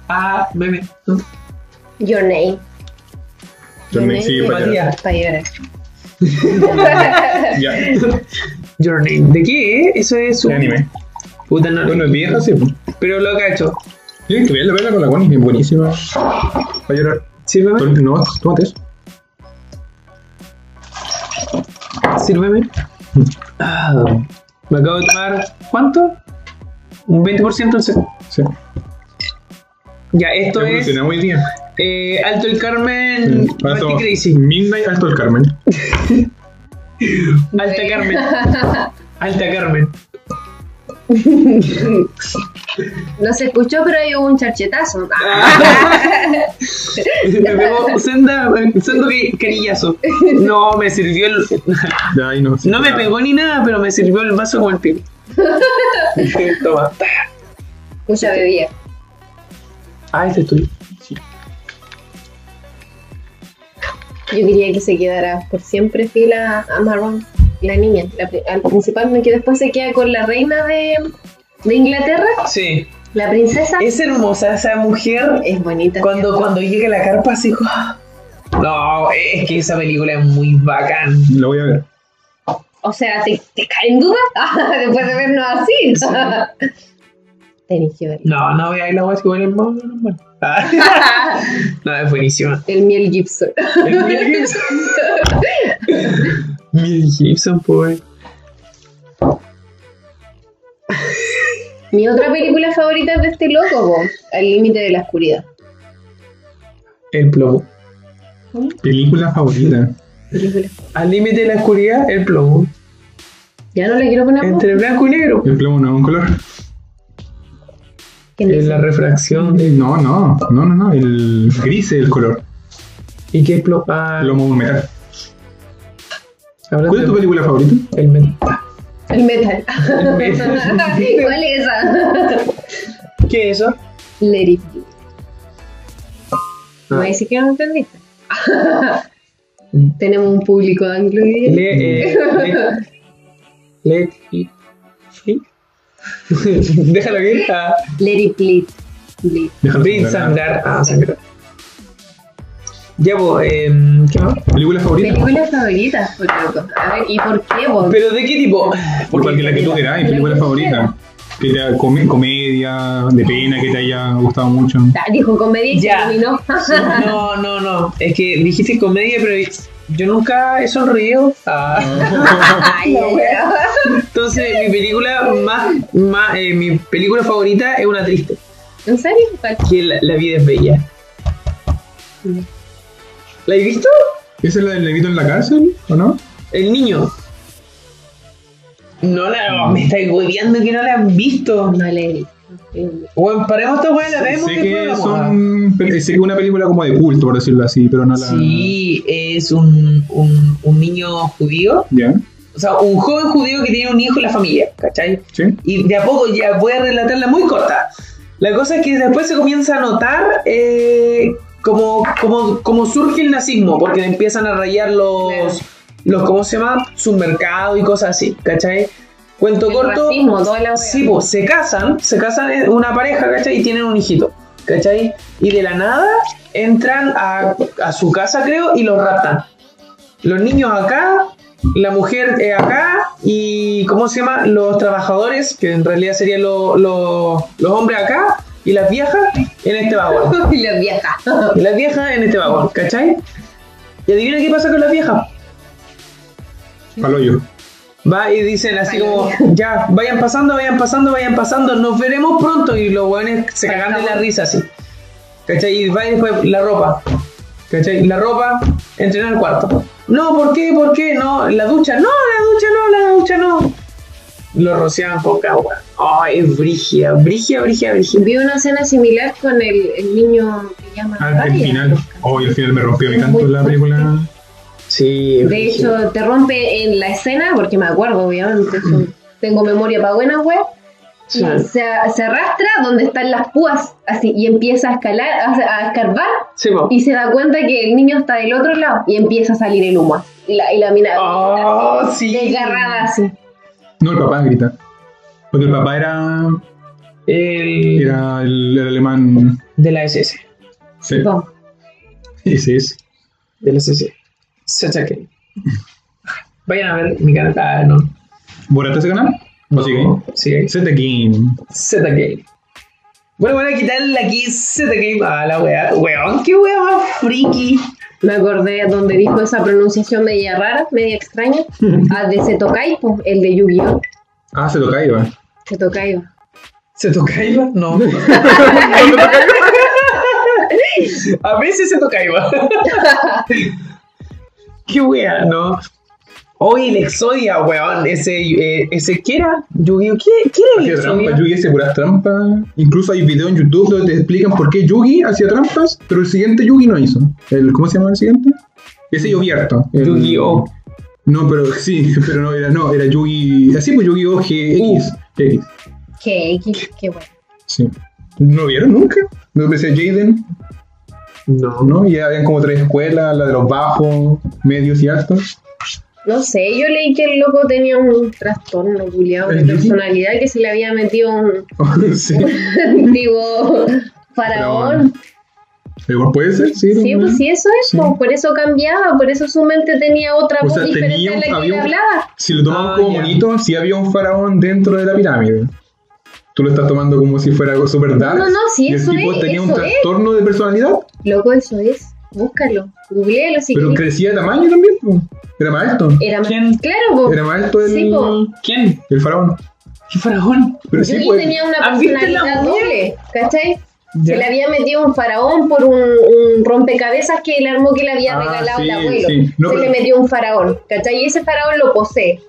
A: Ah, meme. ¿no?
C: Your Name.
B: Your Name, sí,
C: de-
A: para llorar.
C: para llorar.
B: Ya.
A: Your name. ¿De qué? eh? Eso es un.
B: De anime.
A: Puta, no.
B: Bueno, es vieja, sí. pues.
A: Pero lo cacho.
B: Tienen que verla, verla con la Connie, es buenísima. Va a llorar.
A: Sírveme,
B: Tol- No, tómate eso.
A: sírveme. Ah, me acabo de tomar. ¿Cuánto? Un 20% entonces.
B: Sí.
A: Ya, esto es.
B: Evolucionamos hoy día.
A: eh, Alto el Carmen.
B: Mm.
A: Party
B: Alto-
A: Crazy.
B: Midnight Alto el Carmen.
A: Alta Carmen. Alta Carmen.
C: No se escuchó, pero hay un charchetazo. Ah,
A: Me pegó senda, sendo que- carillazo. No, me sirvió el.
B: Ya, ahí no.
A: No me pegó ni nada, pero me sirvió el vaso con el pico. Toma.
C: mucha bebida.
A: Ah, este es tuyo.
C: Yo quería que se quedara por siempre fiel a, a Marron, la niña, la, pri- al principal, que después se queda con la reina de, de Inglaterra,
A: Sí.
C: la princesa. Es,
A: Es hermosa esa mujer.
C: bonita.
A: Cuando, cuando llega la carpa, así. ¡ah! No, es que esa película es muy bacán.
B: Lo voy a ver.
C: O sea, ¿te, te cae en duda Ah, después de vernos así? Tenés que verlo.
A: No, no veáis la guay que huele el mono, no, no. Ah, No, es buenísima.
C: El miel Gibson.
A: El Mel Gibson. Mel Gibson, pues, pobre.
C: Mi otra película favorita es de este loco, po, Al límite de la oscuridad.
A: El plomo.
B: Película favorita.
C: Película.
A: Al límite de la oscuridad, el plomo.
C: Ya no le quiero poner más.
A: Entre blanco y negro.
B: El plomo no es un color.
C: ¿Quién
A: Eh,
C: dice?
A: La refracción.
B: Eh, No, no, no, no, no. El gris es el color.
A: ¿Y qué es plomo? Ah,
B: Plomo es un metal.
A: hablando
B: ¿Cuál es tu
A: de-
B: película favorita?
A: El metal.
C: El metal.
A: El metal.
C: ¿Cuál es esa?
A: ¿Qué es eso?
C: Let it be.
A: Ah.
C: Me dice que no entendiste. Tenemos un público anglo y
A: Le, eh, le- let it free. Déjalo que está.
C: Let it bleed. bleed.
B: Déjalo
A: Rin
B: sangrar.
A: sangrar. Ah, sangrar. Ya, pues, eh, ¿qué más?
B: ¿Película favorita?
C: Películas favoritas, por loco. A ver, ¿y por qué vos?
A: ¿Pero de qué tipo?
B: Por cualquiera que tú quieras, ¿eh? película favorita. Que te- come- comedia, de pena, que te haya gustado mucho.
C: Ah, Dijo comedia y se
A: Ya.
C: terminó.
A: No, no, no. Es que dijiste comedia, pero yo nunca he sonreído. Ah.
C: Ay, ay, ay.
A: Entonces, mi película más, más eh, mi película favorita es una triste,
C: ¿En serio? ¿Cuál?
A: que la, La vida es bella. ¿La has visto?
B: ¿Esa es la del negrito en la cárcel? ¿O no?
A: El niño. No la oh, me estáis hueveando que no la han visto.
C: No le he visto.
A: Bueno, paremos esta weá, la vemos
B: Sé
A: que
B: que,
A: es
B: son, pe- eh, sé que es una película como de culto, por decirlo así, pero no la.
A: Sí, es un, un, un niño judío,
B: ¿Ya?
A: o sea, un joven judío que tiene un hijo en la familia, ¿cachai?
B: ¿Sí?
A: Y de a poco ya voy a relatarla muy corta. La cosa es que después se comienza a notar eh, como, como, como surge el nazismo, porque empiezan a rayar los, los ¿cómo se llama? Submercados y cosas así, ¿cachai? Cuento
C: El
A: corto.
C: racismo, toda la wea.
A: sí, po, se casan, se casan eh, una pareja, ¿cachai? Y tienen un hijito, ¿cachai? Y de la nada entran a, a su casa, creo, y los raptan. Los niños acá, la mujer eh, acá, y ¿cómo se llama? Los trabajadores, que en realidad serían lo- lo- los hombres acá, y las viejas en este vagón.
C: Y la vieja.
A: Y las viejas en este vagón, ¿cachai? Y adivina qué pasa con las viejas.
B: Paloyo.
A: Va y dicen así como, ya, vayan pasando, vayan pasando, vayan pasando, nos veremos pronto. Y los hueones se cagan de la risa así. ¿Cachai? Y va y después la ropa. ¿Cachai? La ropa, entrenar al cuarto. No, ¿por qué? ¿Por qué? No, la ducha, no, la ducha no, la ducha no. Lo rociaban con agua. Ay, es brígida, brígida, brígida, brígida.
C: Vi una escena similar con el, el niño que llama
B: Oh, Ah, el final. Oh, y el final me rompió, me encantó la película. Sí.
C: De hecho, te rompe en la escena, porque me acuerdo, obviamente, eso- tengo memoria para buena web.
A: Sí.
C: Se, se arrastra donde están las púas, así, y empieza a escalar, a, a escarbar,
A: Sí, po.
C: y se da cuenta que el niño está del otro lado, y empieza a salir el humo, y la, y la mina
A: Oh, sí.
C: desgarrada así.
B: No, el papá grita. Porque el papá era,
A: El
B: era el, el alemán.
A: de la SS.
B: Sí.
C: Vamos.
B: Ese es.
A: De la SS. Sacha Cake. Vayan a ver mi canal. Ah, no.
B: ¿Borraste ese canal? ¿O sigue?
A: Sigue ahí.
B: Z Game.
A: Z Game. Bueno, bueno, ¿qué tal aquí Z Game? Ah, la wea. Weón, qué wea más friki.
C: Me acordé donde dijo esa pronunciación media rara, media extraña, a de Setokai, pues, el de Yu-Gi-Oh!
B: Ah, se lo caiba.
C: Setokai.
A: ¿Se toca Iba? No. a veces se toca Iba. qué wea, no. Hoy el Exodia, weón. Ese, eh, ese, ¿qué era? Yu-Gi-Oh! ¿Qué, qué era el
B: Hacía trampa,
A: Exodia?
B: Yugi hace puras trampas. Incluso hay videos en YouTube donde te explican por qué Yugi hacía trampas, pero el siguiente Yugi no hizo. El, ¿Cómo se llama el siguiente? Ese Yogierto. El-
A: Yu-Gi-Oh!
B: No, pero sí, pero no era, no, era Yugi. Así pues Yugi-Oh GX. GX.
C: Qué, qué, qué bueno.
B: Sí. ¿No vieron nunca? Donde decía Jaden,
A: No.
B: ¿no? Y habían como tres escuelas, la de los bajos, medios y altos.
C: No sé, yo leí que el loco tenía un trastorno culiado de
B: ¿El Yugi?
C: personalidad que se le había metido un
B: sí.
C: antiguo faraón.
B: Igual puede ser, sí.
C: Sí,
B: ¿no?
C: pues sí, eso es,
B: Sí.
C: pues, por eso cambiaba, por eso su mente tenía otra
B: O
C: voz
B: sea,
C: diferente
B: tenía un-
C: a la que
B: había
C: él
B: un-
C: hablaba.
B: Si lo tomamos
A: Ah,
B: como
A: ya.
B: bonito, si había un faraón dentro de la pirámide. Tú lo estás tomando como si fuera algo súper dark.
C: no, no, sí,
B: y el
C: eso
B: tipo
C: es,
B: tenía un
C: eso es.
B: trastorno de personalidad,
C: Loco, eso es, búscalo, googlealo si
B: pero
C: querés.
B: crecía de tamaño también. po. Era más alto.
C: Era más,
A: ¿Quién?
C: claro, po.
B: Era más alto el,
C: Sí, po.
A: ¿Quién?
B: el faraón.
A: ¿Qué faraón?
B: Pero
C: Yugi
B: sí, pues,
C: tenía una
A: ¿han visto la
C: personalidad
A: momia?
C: doble, ¿cachai?
A: Ya.
C: Se le había metido un faraón por un, un rompecabezas que el armó que le había
B: Ah,
C: regalado
B: sí,
C: el abuelo.
B: sí. No,
C: Se
B: pero-
C: le metió un faraón, ¿cachai? Y ese faraón lo posee.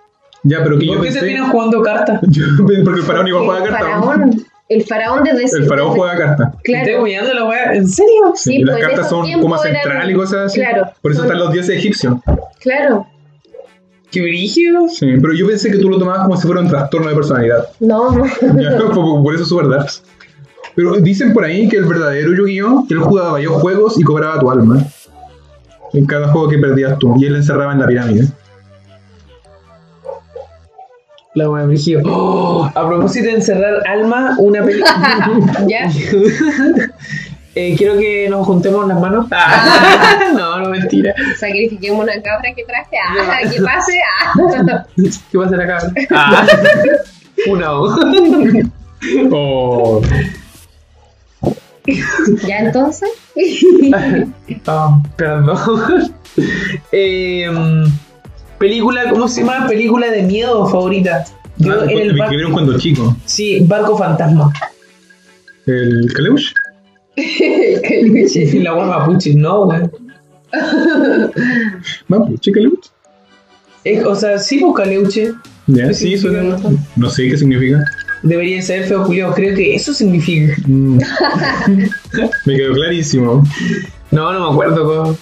B: ya, pero que yo
A: ¿Por qué
B: pensé.
A: se tienen jugando cartas?
B: Yo- porque el faraón igual
C: El
B: juega carta.
C: faraón, el faraón desde
B: El faraón
C: desde-
B: juega carta.
A: Estoy
C: Claro,
A: mirando la wea. ¿En serio?
C: Sí,
B: y las
C: pues, en
B: cartas
C: esos
B: son
C: tiempos
B: como
C: eran-
B: central y cosas así.
C: claro.
B: Por eso
C: Son-
B: están los dioses egipcios.
C: claro.
A: ¿Qué brígido?
B: Sí, pero yo pensé que tú lo tomabas como si fuera un trastorno de personalidad.
C: No, no.
B: Ya, por, por eso es super dark. Pero dicen por ahí que el verdadero Yu-Gi-Oh! él jugaba varios juegos y cobraba tu alma. En cada juego que perdías tú. Y él la encerraba en la pirámide.
A: La wea brígido. Oh, a propósito de encerrar alma, una película.
C: ya.
A: Eh, quiero que nos juntemos las manos. no, no, mentira.
C: Sacrifiquemos una cabra que traje. Ah, que pase. Ah.
A: ¿Qué pasa acá? Ah. una hoja.
B: Oh.
C: ya entonces.
A: Ah, perdón. Em, película, ¿cómo se llama? Película de miedo favorita. Yo
B: Ah,
A: en
B: me
A: el barco.
B: escribieron cuando chico.
A: Sí, Barco Fantasma.
B: ¿El Kaleush?
A: la wea mapuche, no, weón.
B: Mapuche Kaleush.
A: Es- O sea, sí, pues, Bucaleuche.
B: Ya,
A: ¿Qué
B: sí,
A: significa
B: suena.
A: eso?
B: No sé qué significa.
A: Debería ser feo culiao, creo que eso significa.
B: Mm. me quedó clarísimo.
A: No, no me acuerdo. weón.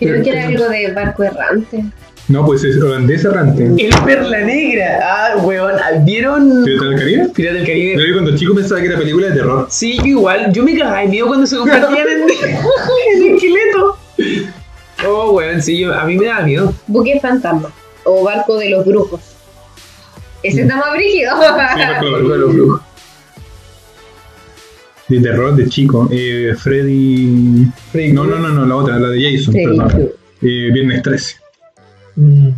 C: Creo que era algo de barco errante.
B: No, pues es holandés errante.
A: El Perla Negra. Ah, weón, ¿vieron?
B: ¿Te del Caribe?
A: Pirata del
B: Pero
A: Caribe.
B: yo cuando chico pensaba que era película de terror.
A: Sí, yo igual. Yo me cagaba de miedo cuando se compartían en el esqueleto. Oh, weón, sí, yo, a mí me daba miedo.
C: Buque fantasma. O barco de los brujos. Ese está más brígido.
B: Mm. Sí, me acuerdo, me acuerdo de los brujos. De terror de chico. Eh, Freddy.
A: Freddy
B: No, no, no, no, la otra, la de Jason.
C: Freddy
B: Perdón.
C: Krueger.
B: Eh, Viernes 13.
A: Mm.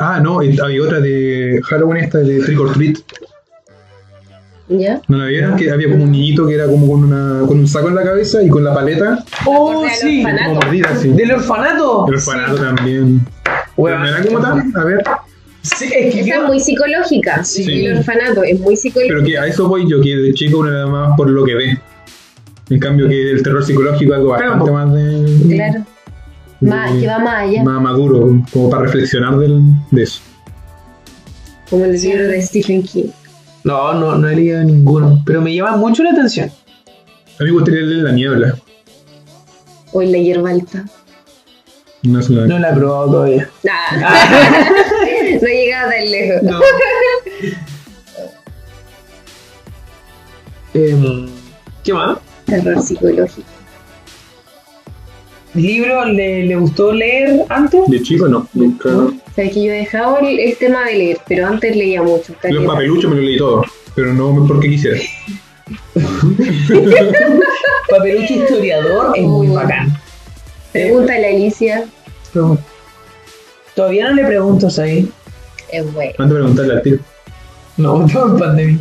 B: Ah, no, eh, había otra de Halloween, esta de Trick or Treat.
C: ¿Ya?
B: ¿No la vieron? Que había como un niñito que era como con, una, con un saco en la cabeza y con la paleta.
A: Oh,
C: Acordé al
A: sí.
C: orfanato.
B: Como mordida, sí.
A: Del orfanato.
B: El orfanato también. Pero
A: Weón.
B: ¿No era como tal? A ver.
A: Sí, es que
C: Esa es
A: yo-
C: muy psicológica.
A: Sí.
C: El orfanato es muy psicológico.
B: Pero que a eso voy yo, que de chico uno era más por lo que ve. En cambio, que el terror psicológico es algo
A: Claro.
B: bastante más de.
C: Claro. Más,
A: Mm.
B: de-
C: que va más allá.
B: más maduro, como para reflexionar del, de eso.
C: Como el
A: Sí.
C: libro de Stephen King.
A: No, no, no he leído ninguno. Pero me llama mucho la atención.
B: A mí me gustaría leer La Niebla.
C: O en la hierba alta.
B: No se la
A: No la he probado todavía.
C: Nah. no llegaba tan lejos.
A: Ah. No. Em, ¿Qué más?
C: Terror psicológico.
A: ¿Libro le, le gustó leer antes?
B: De chico no, nunca.
C: O sea, que yo he dejado el, el tema de leer, pero antes leía mucho.
B: Los
C: caleta.
B: papeluchos me lo leí todo, pero no porque quisiera.
A: Papelucho historiador es muy bacán.
C: Pregúntale a Alicia.
A: Pregunta. Todavía no le pregunto ahí.
C: Es bueno.
B: Antes de preguntarle al tío.
A: No, estamos en pandemia.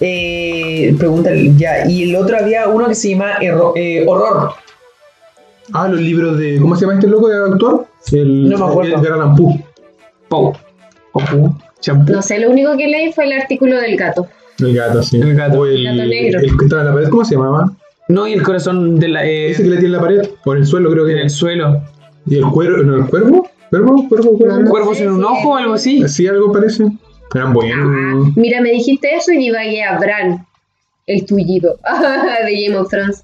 A: Eh, pregúntale ya. Y el otro había uno que se llama Erro- eh, Horror.
B: Ah, los libros de. ¿Cómo se llama este loco de autor? El,
A: No me acuerdo.
B: El Gran Ampú. Pau. Ampú. Champú.
C: No sé, lo único que leí fue el artículo del gato.
B: El gato, sí.
A: El gato.
B: O el,
C: Gato negro.
B: el que estaba en la pared. ¿Cómo se llamaba?
A: No, y el corazón de la, eh,
B: Ese que le tiene en la pared. O en el suelo, creo que
A: en
B: era.
A: el suelo.
B: ¿Y el cuervo? ¿No, el cuervo? ¿Cuervo? ¿Cuervo? ¿Cuervo?
C: No, no.
A: ¿Cuervos en un ojo o algo así?
B: Así algo parece. Eran
A: Ah.
B: buenos.
C: Mira, me dijiste eso y divagué a Bran, el tullido de Game of Thrones.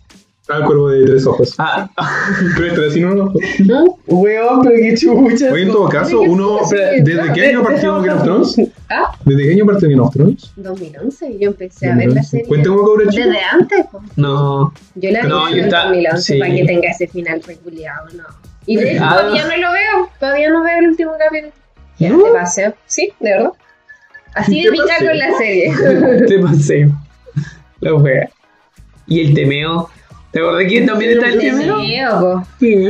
B: Ah, el cuervo de tres ojos.
A: Ah,
B: Tres, tres, sino un ojo.
C: ¿No?
A: weón, pero qué chucha.
B: Oye, en todo caso, uno.
C: Espera,
B: ¿Desde qué año partió Game of Thrones?
C: Ah,
B: ¿Desde qué año partió Game of Thrones?
C: 2011, yo empecé a ver la serie.
B: Cuéntame cómo cobra chico.
C: Desde antes, pues.
A: No.
C: Yo la vi
A: No, yo
C: en
A: está-
C: 2011
A: sí.
C: para que tenga ese final reculeado, no. Y de hecho,
A: Ah.
C: todavía no lo veo, todavía no veo el último capítulo. Ya,
A: ¿No?
C: te paseo. Sí, de verdad. Así
B: Te
C: de pica
B: paseo.
C: con la serie.
A: Te pasé. La wea. Y el temeo. ¿Te acordás que también está el
C: Te
A: temeo?
C: veo, po.
A: Sí.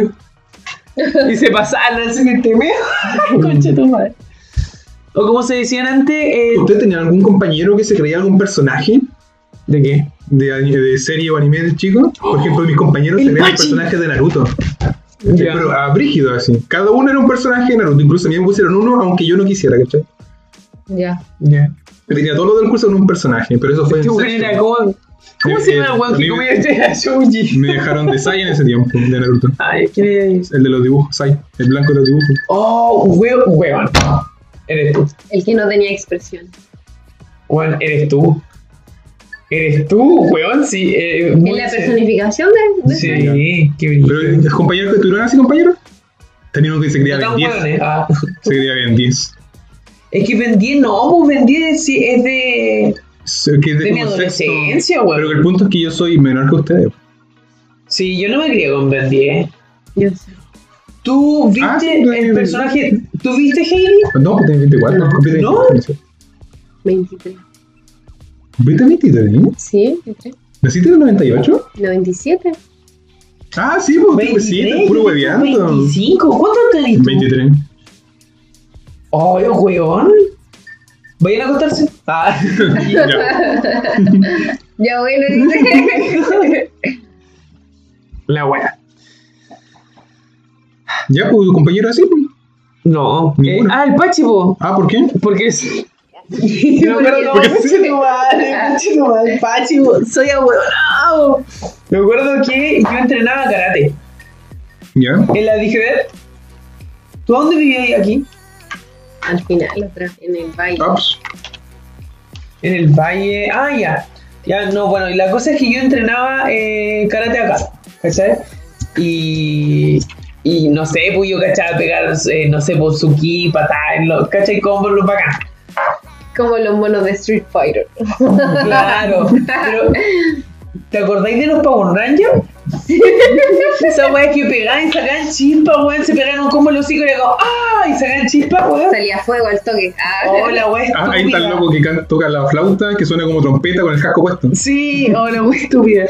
A: Y se pasaron así el temeo. Concha tu madre. O como se decían antes, eh,
B: ¿Usted tenía algún compañero que se creía algún personaje
A: ¿de qué?
B: de, ani- de serie o anime de chico? Por ejemplo, mis compañeros
A: El
B: se creían
A: Pachi.
B: personajes de Naruto.
A: Ya.
B: Pero a brígido así. Cada uno era un personaje de Naruto. Incluso a mí me pusieron uno, aunque yo no quisiera, ¿cachai?
C: Ya.
A: Ya.
B: Yo tenía todo lo del curso en un personaje, pero eso fue
A: Este
B: en
A: weón
B: sexto.
A: era como. ¿Cómo
B: Eh,
A: se llama
B: eh,
A: el weón que
B: amigo-
A: comía este a Shoji?
B: Me dejaron de Sai en ese tiempo, de Naruto.
A: Ay, ¿quién es?
B: El de los dibujos, Sai. El blanco de los dibujos.
A: Oh, weón, weón. Eres tú.
C: El que no tenía expresión.
A: Weón, eres tú. Eres tú, weón, sí. Eh,
C: Es la personificación de, de esa-
A: Sí, qué
B: Pero
A: brillo.
B: los compañeros que tuvieron así, compañeros, tenían uno que se creía
A: No tan
B: Ben 10.
A: hueones, ah.
B: Se creía Ben 10.
A: Es que vendí, no, pues vendí sí, es de.
B: Se- Que es
A: De mi
B: como sexto.
A: adolescencia, weón.
B: Pero el punto es que yo soy menor que ustedes.
A: Sí, yo no me crié con Ben 10.
C: Yo sé.
A: ¿Tú viste
B: Ah, sí, de-
A: el
B: de-
A: personaje? ¿Tú viste Heidi?
B: No, pues tenés 24.
C: No.
B: Cumplí
A: ¿No?
B: 23.
C: 23.
B: ¿Cumpliste 23? ¿eh?
C: Sí, 23.
B: ¿Naciste en el 98?
C: 97.
B: Ah, sí, pues tú, sí, estás puro hueveando.
A: 25, ¿cuánto tenés tú?
B: 23.
A: Ay, oh, weón. Vayan a acostarse. Ah.
B: Ya.
C: Ya bueno, dice.
A: La wea.
B: Ya, pues tu compañero así. pues.
A: No. eh,
B: Ninguno.
A: ah, el Pachipo.
B: Ah, ¿por qué?
A: Porque es. No, pero no,
B: Porque-
A: conche tu madre, conche tu madre, Pachipo, soy abuelado. Me acuerdo que yo entrenaba karate.
B: Ya.
A: En la DGB. ¿Tú a dónde vivías aquí?
C: Al final, otra, en el baile.
B: Ah, pues.
A: En el valle. Ah, ya. Ya, no, bueno, y la cosa es que yo entrenaba eh, karate acá. ¿Cachai? Y. Y no sé, pues yo cachaba pegar, eh, no sé, por suki, patada, en los, ¿cachai? Combos, los bacán.
C: Como los monos de Street Fighter.
A: Claro. Pero, ¿Te acordáis de los Power Rangers? Esa weá que pegaban y sacaban chispa, weón. Se pegaron como los hijos y le digo, ¡ah! Y sacaban chispa, weón. Oh,
C: Salía fuego al toque. Ah.
A: Hola, weón.
B: Ah, ahí está el loco que can- toca la flauta, que suena como trompeta con el casco puesto.
A: Sí, hola, muy estúpida.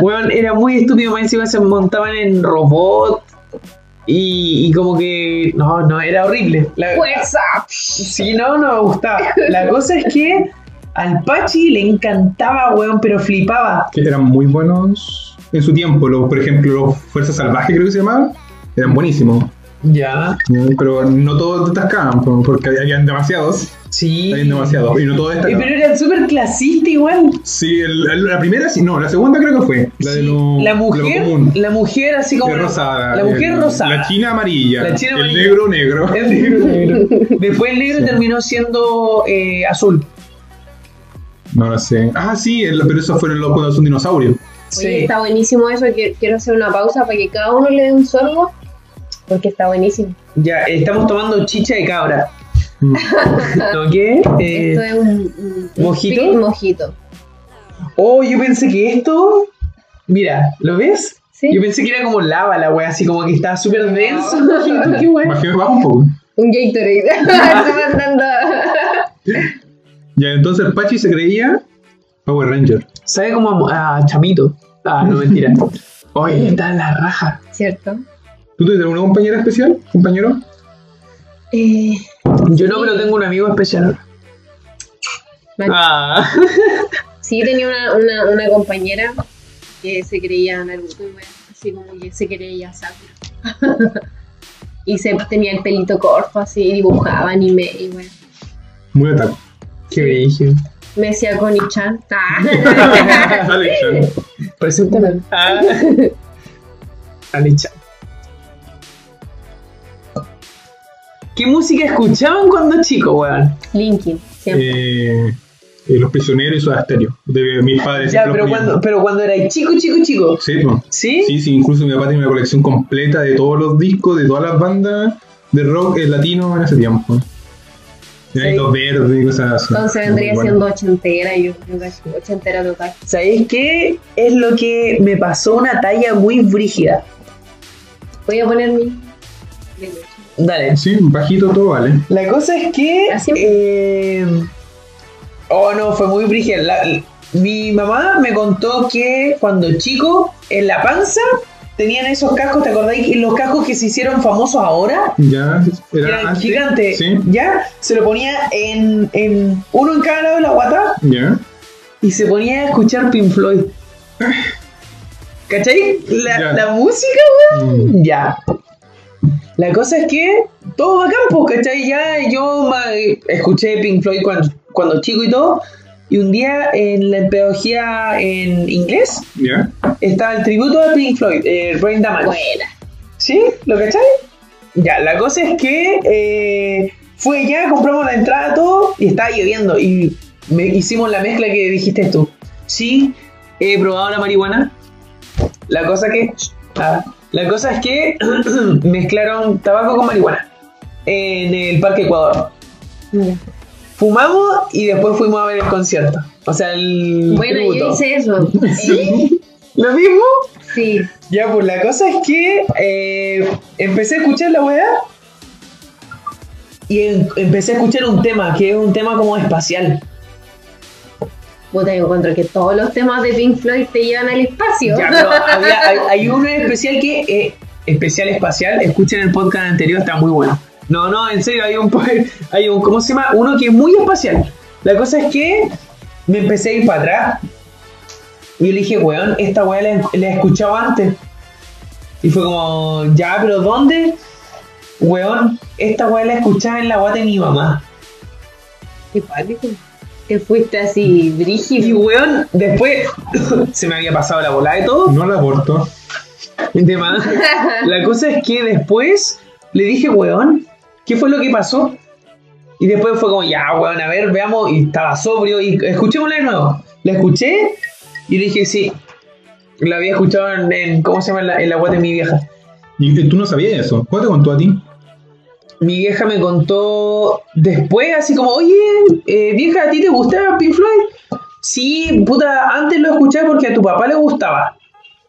A: Weón, era muy estúpido, más encima se montaban en robot y, y como que. No, no, era horrible. La,
C: ¡Fuerza!
A: Oh. Sí, no, no me gustaba. La cosa es que al Pachi le encantaba, weón, pero flipaba.
B: que eran muy buenos en su tiempo. Los, por ejemplo, los Fuerzas Salvajes, creo que se llamaban, eran buenísimos.
A: Ya.
B: ¿no? Pero no todos destacaban, po- porque habían demasiados.
A: Sí.
B: Habían demasiados. Y no todos
A: Eh, pero
B: destacaban.
A: era súper clasista igual.
B: Sí, el- el- la primera sí, no, la segunda creo que fue. La de
A: Sí,
B: lo,
A: la
B: de lo
A: mujer,
B: común.
A: la mujer así como
B: Que rosada.
A: la mujer
B: el-
A: rosada.
B: La china amarilla.
A: La china
B: el
A: amarilla.
B: negro negro.
A: El negro, negro. Después el negro terminó siendo eh, azul.
B: No lo sé. Ah, sí, el- pero esos fueron los cuando son dinosaurios.
C: Oye, está buenísimo eso. que- Quiero hacer una pausa para que cada uno le dé un sorbo. Porque está buenísimo.
A: Ya, estamos tomando chicha de cabra.
B: Mm.
A: ¿No qué? Eh,
C: Esto es un, un- un
A: ¿mojito?
C: spirit mojito.
A: oh, yo pensé que esto. Mira, ¿lo ves?
C: Sí.
A: Yo pensé que era como lava la wea, así como que estaba súper denso. Qué wea.
B: Bajé bajo un poco.
C: Un Gatorade. Estoy mandando.
B: Ya, entonces el Pachi se creía Power Ranger.
A: Sabe como a, a chamito. Ah, no, mentira. Oye, está en la raja.
C: ¿Cierto?
B: ¿Tú tuviste alguna compañera especial, compañero?
C: Eh,
A: Yo no, pero tengo un amigo especial.
C: Max.
A: Ah.
C: Sí, tenía una, una, una compañera que se creía Naruto y bueno, así como que se creía Sakura. y se tenía el pelito corto así y dibujaba anime y bueno.
B: Muy ataco.
A: Qué brillo.
C: Me decía Connie-chan. Ah.
B: Alex Chan.
A: Preséntame. Ah. Alicia. ¿Qué música escuchaban cuando chico, weón?
C: Linkin, siempre.
B: Eh, eh, los prisioneros y su asterio. De mis padres.
A: Ya,
B: siempre
A: pero
B: los ponían.
A: cuando, pero cuando era chico, chico, chico.
B: Sí, po.
A: ¿Sí?
B: sí, sí, incluso mi papá tiene una colección completa de todos los discos, de todas las bandas de rock eh, latino en ese tiempo. Tenía
A: Sí.
B: todo verde y cosas así.
C: Entonces vendría
B: Bueno.
C: siendo ochentera, yo yo cacho, ochentera total.
A: ¿Sabéis qué? Es lo que me pasó una talla muy brígida.
C: Voy a poner mi.
A: Dale.
B: Sí, bajito todo vale.
A: La cosa es que.
C: Así.
A: eh, oh, no, fue muy brígida. La- la- mi mamá me contó que cuando chico, en la panza, tenían esos cascos, ¿te acordáis? Los cascos que se hicieron famosos ahora.
B: Ya,
A: que
B: era
A: eran
B: antes.
A: gigantes.
B: Sí,
A: ¿Ya? Se lo ponía en, en. Uno en cada lado de la guata
B: ya.
A: y se ponía a escuchar Pink Floyd. ¿Cachai? La,
B: Ya.
A: la música,
B: Mm.
A: weón. Ya. La cosa es que todo bacán, pues, ¿cachai? Ya yo ma- escuché Pink Floyd cuando, cuando chico y todo. Y un día en la pedagogía en inglés
B: Ya.
A: estaba el tributo de Pink Floyd, eh, Rain Damage.
C: Buena.
A: ¿Sí? ¿Lo cachai? Ya, la cosa es que eh, fue ya, compramos la entrada, todo, y estaba lloviendo. Y me, hicimos la mezcla que dijiste tú. Sí, he probado la marihuana. La cosa que. ah, la cosa es que mezclaron tabaco con marihuana en el Parque Ecuador.
C: Ya.
A: Fumamos y después fuimos a ver el concierto. O sea, el.
C: Bueno,
A: tributo.
C: yo hice eso.
A: ¿Sí? ¿Lo mismo?
C: Eh, sí.
A: Ya, pues la cosa es que eh, empecé a escuchar la weá y em- empecé a escuchar un tema, que es un tema como espacial.
C: Puta, yo encuentro que todos los temas de Pink Floyd te llevan al espacio.
A: Ya, pero había- hay, hay uno en especial que eh, especial espacial, escuchen el podcast anterior, está muy bueno. No, no, en serio, hay un, po- hay un, ¿cómo se llama? Uno que es muy espacial. La cosa es que me empecé a ir para atrás y yo le dije, weón, esta weá la, la he escuchado antes. Y fue como, ya, pero ¿dónde? Weón, esta weá la escuchaba en la guata de mi mamá.
C: Qué pánico. Te fuiste así,
A: Y
C: brígido.
A: weón, después se me había pasado la bola de todo.
B: No la aborto.
A: De más. La cosa es que después le dije, weón, ¿qué fue lo que pasó? Y después fue como, ya, weón, a ver, veamos. Y estaba sobrio. Y escuchémosla de nuevo. La escuché y le dije, sí. La había escuchado en, en- ¿cómo se llama? En la, en la web de mi vieja.
B: Y que tú no sabías eso. ¿Cuál te contó a ti?
A: Mi vieja me contó después, así como, oye, eh, vieja, ¿a ti te gusta Pink Floyd? Sí, puta, antes lo escuché porque a tu papá le gustaba.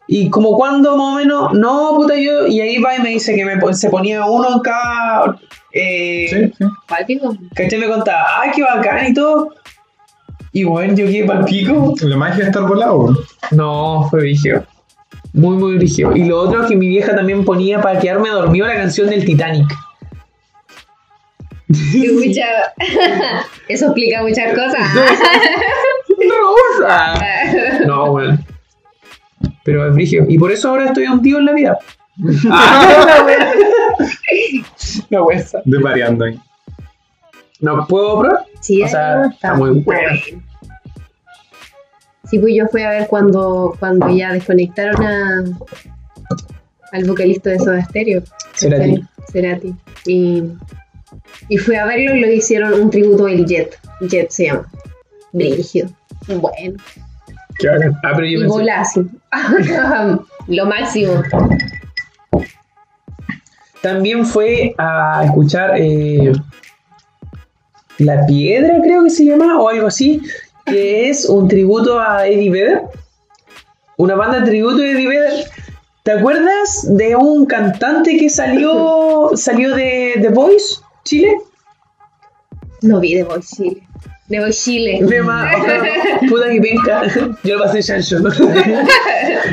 A: Y como cuando más o menos, no, puta, yo, y ahí va y me dice que me, pon- se ponía uno en cada... Eh,
B: Sí, sí.
C: Pánico.
A: ¿Cachai? Me contaba, ay, qué bacán y todo. Y bueno, yo quedé pa'l pico.
B: La magia de estar volado.
A: No, fue vigio. Muy, muy vigio. Y lo otro que mi vieja también ponía para quedarme dormido la canción del Titanic.
C: Y mucha- Eso explica muchas cosas.
A: ¡Rosa! No, bueno. Pero es brígido. Y por eso ahora estoy hundido en la vida.
B: Ah.
A: no, huesa.
B: De variando ahí.
A: No, ¿puedo probar?
C: Sí,
A: O sea,
C: no,
A: está muy bueno.
C: Sí, pues yo fui a ver cuando, cuando ya desconectaron a, al vocalista de Soda Stereo.
A: Cerati.
C: Cerati. Y, y fui a verlo y lo hicieron un tributo del Jet. Jet se llama. Brígido. Bueno.
B: Qué bacán.
A: Ah, pero yo
C: Y
A: pensé-
C: volá así. Lo máximo.
A: También fue a escuchar eh, La Piedra, creo que se llama, o algo así, que es un tributo a Eddie Vedder. Una banda tributo a Eddie Vedder. ¿Te acuerdas de un cantante que salió, salió de The Voice, Chile?
C: No vi de Voice Chile. De Voice Chile.
A: Me ma- otra- puta que penca. Yo lo pasé chancho.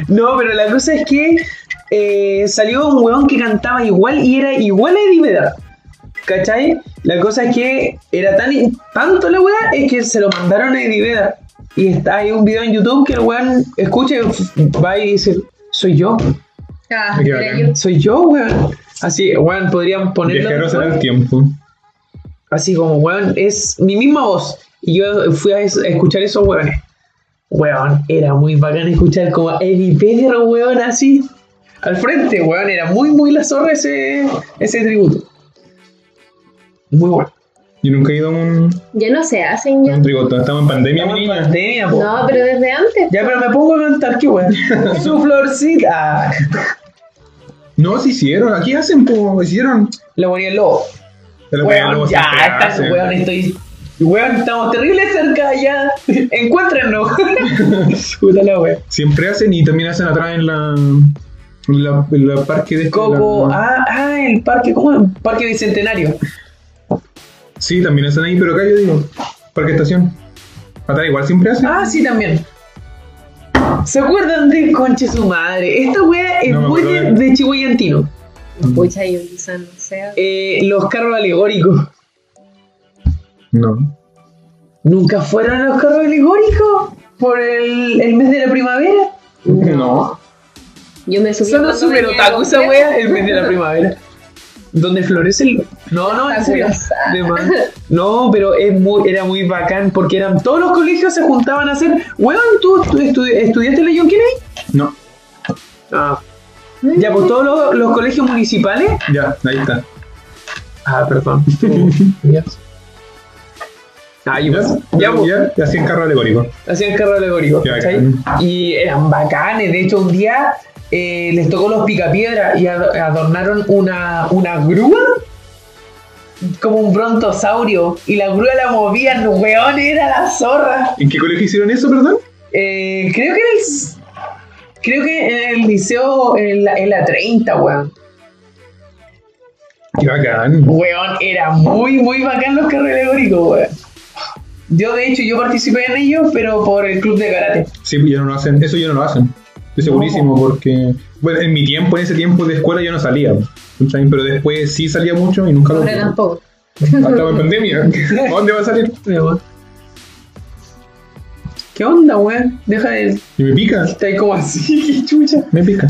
A: No, pero la cosa es que eh, salió un weón que cantaba igual y era igual a Eddie Vedder. ¿Cachai? La cosa es que era tan tanto la weá es que se lo mandaron a Eddie Vedder. Y está hay un video en YouTube que el weón escucha y f- va y dice, soy yo,
C: Ah,
B: Qué
C: era
B: bacán.
C: yo.
A: soy yo, weón. Así, weón, podrían ponerlo.
B: Viajeros en el tiempo.
A: Así como, weón, es mi misma voz. Y yo fui a, es- a escuchar esos weones. Weón, era muy bacán escuchar como a Eddie Vedder, weón, así. Al frente, weón, era muy, muy la zorra ese, ese tributo. Muy bueno.
B: Yo nunca he ido a un,
C: Ya no se hacen
B: a
C: ya.
B: un tributo. Estamos en pandemia,
A: Estamos en
B: menina.
A: pandemia, po.
C: No, pero desde antes.
A: Ya, pero me pongo a cantar, qué weón. Su florcita. Ah.
B: No, se hicieron. Aquí hacen, po. Hicieron.
A: La ponía el lobo.
B: Te lo pegan
A: Weón,
B: luego
A: ya,
B: siempre
A: estás,
B: hacen.
A: weón, estoy. Weón, estamos terribles cerca, ya. Encuéntrenos. Puta la weón.
B: Siempre hacen y también hacen atrás en la. En la, en la parque de.
A: Coco,
B: la-
A: ah, ah, el parque, ¿cómo? es? Parque Bicentenario.
B: Sí, también hacen ahí, pero acá yo digo. Parque estación. Atrás igual siempre hacen.
A: Ah, sí, también. ¿Se acuerdan de Conche su madre? Esta wea es
B: No me
A: muy de,
B: acuerdo
A: de chihuayantino.
C: Pucha, yo quizá no sé.
A: Eh, los carros alegóricos.
B: No.
A: ¿Nunca fueron a los carros alegóricos? ¿Por el, el mes de la primavera?
B: No.
C: Yo me subí.
A: Solo
C: cuando
A: super
C: venía
A: otaku esa
C: complejo.
A: wea, el mes de la primavera. Donde florece el... No, no, en serio.
C: Espectacular.
A: De más. No, pero es muy, era muy bacán porque eran todos los colegios se juntaban a hacer... Weón, ¿tú, tú estudi- estudiaste la John Kennedy?
B: No.
A: Ah.
C: Mm,
A: Ya, pues todos los, los colegios municipales.
B: Ya, ahí está.
A: Ah, perdón. Ah, y pues, ya,
B: Ya,
A: pues,
B: ya, ya hacían carro alegórico.
A: hacían carro alegórico,
B: Qué
A: ¿cachai?
B: bacán.
A: Y eran bacanes. De hecho, un día eh, les tocó los picapiedras y ad- adornaron una, una grúa como un brontosaurio. Y la grúa la movían, weón, era la zorra.
B: ¿En qué colegio hicieron eso, perdón?
A: Eh, creo que era el. s- Creo que en el liceo, en la, en la 30, weón.
B: Qué bacán.
A: Weón, era muy, muy bacán los carros alegóricos, weón. Yo, de hecho, yo participé en ellos, pero por el club de karate.
B: Sí, pues ya no lo hacen. Eso ya no lo hacen. Estoy segurísimo
A: pues.
B: porque... Bueno, en mi tiempo, en ese tiempo de escuela yo no salía. pues, ¿cachai? Pero después sí salía mucho y nunca lo...
C: Ahora tampoco.
B: Hasta la pandemia. ¿A dónde va a salir?
A: Weón. ¿Qué onda, weón? Deja de
B: Y me pica.
A: estar como así, qué chucha.
B: Me pica.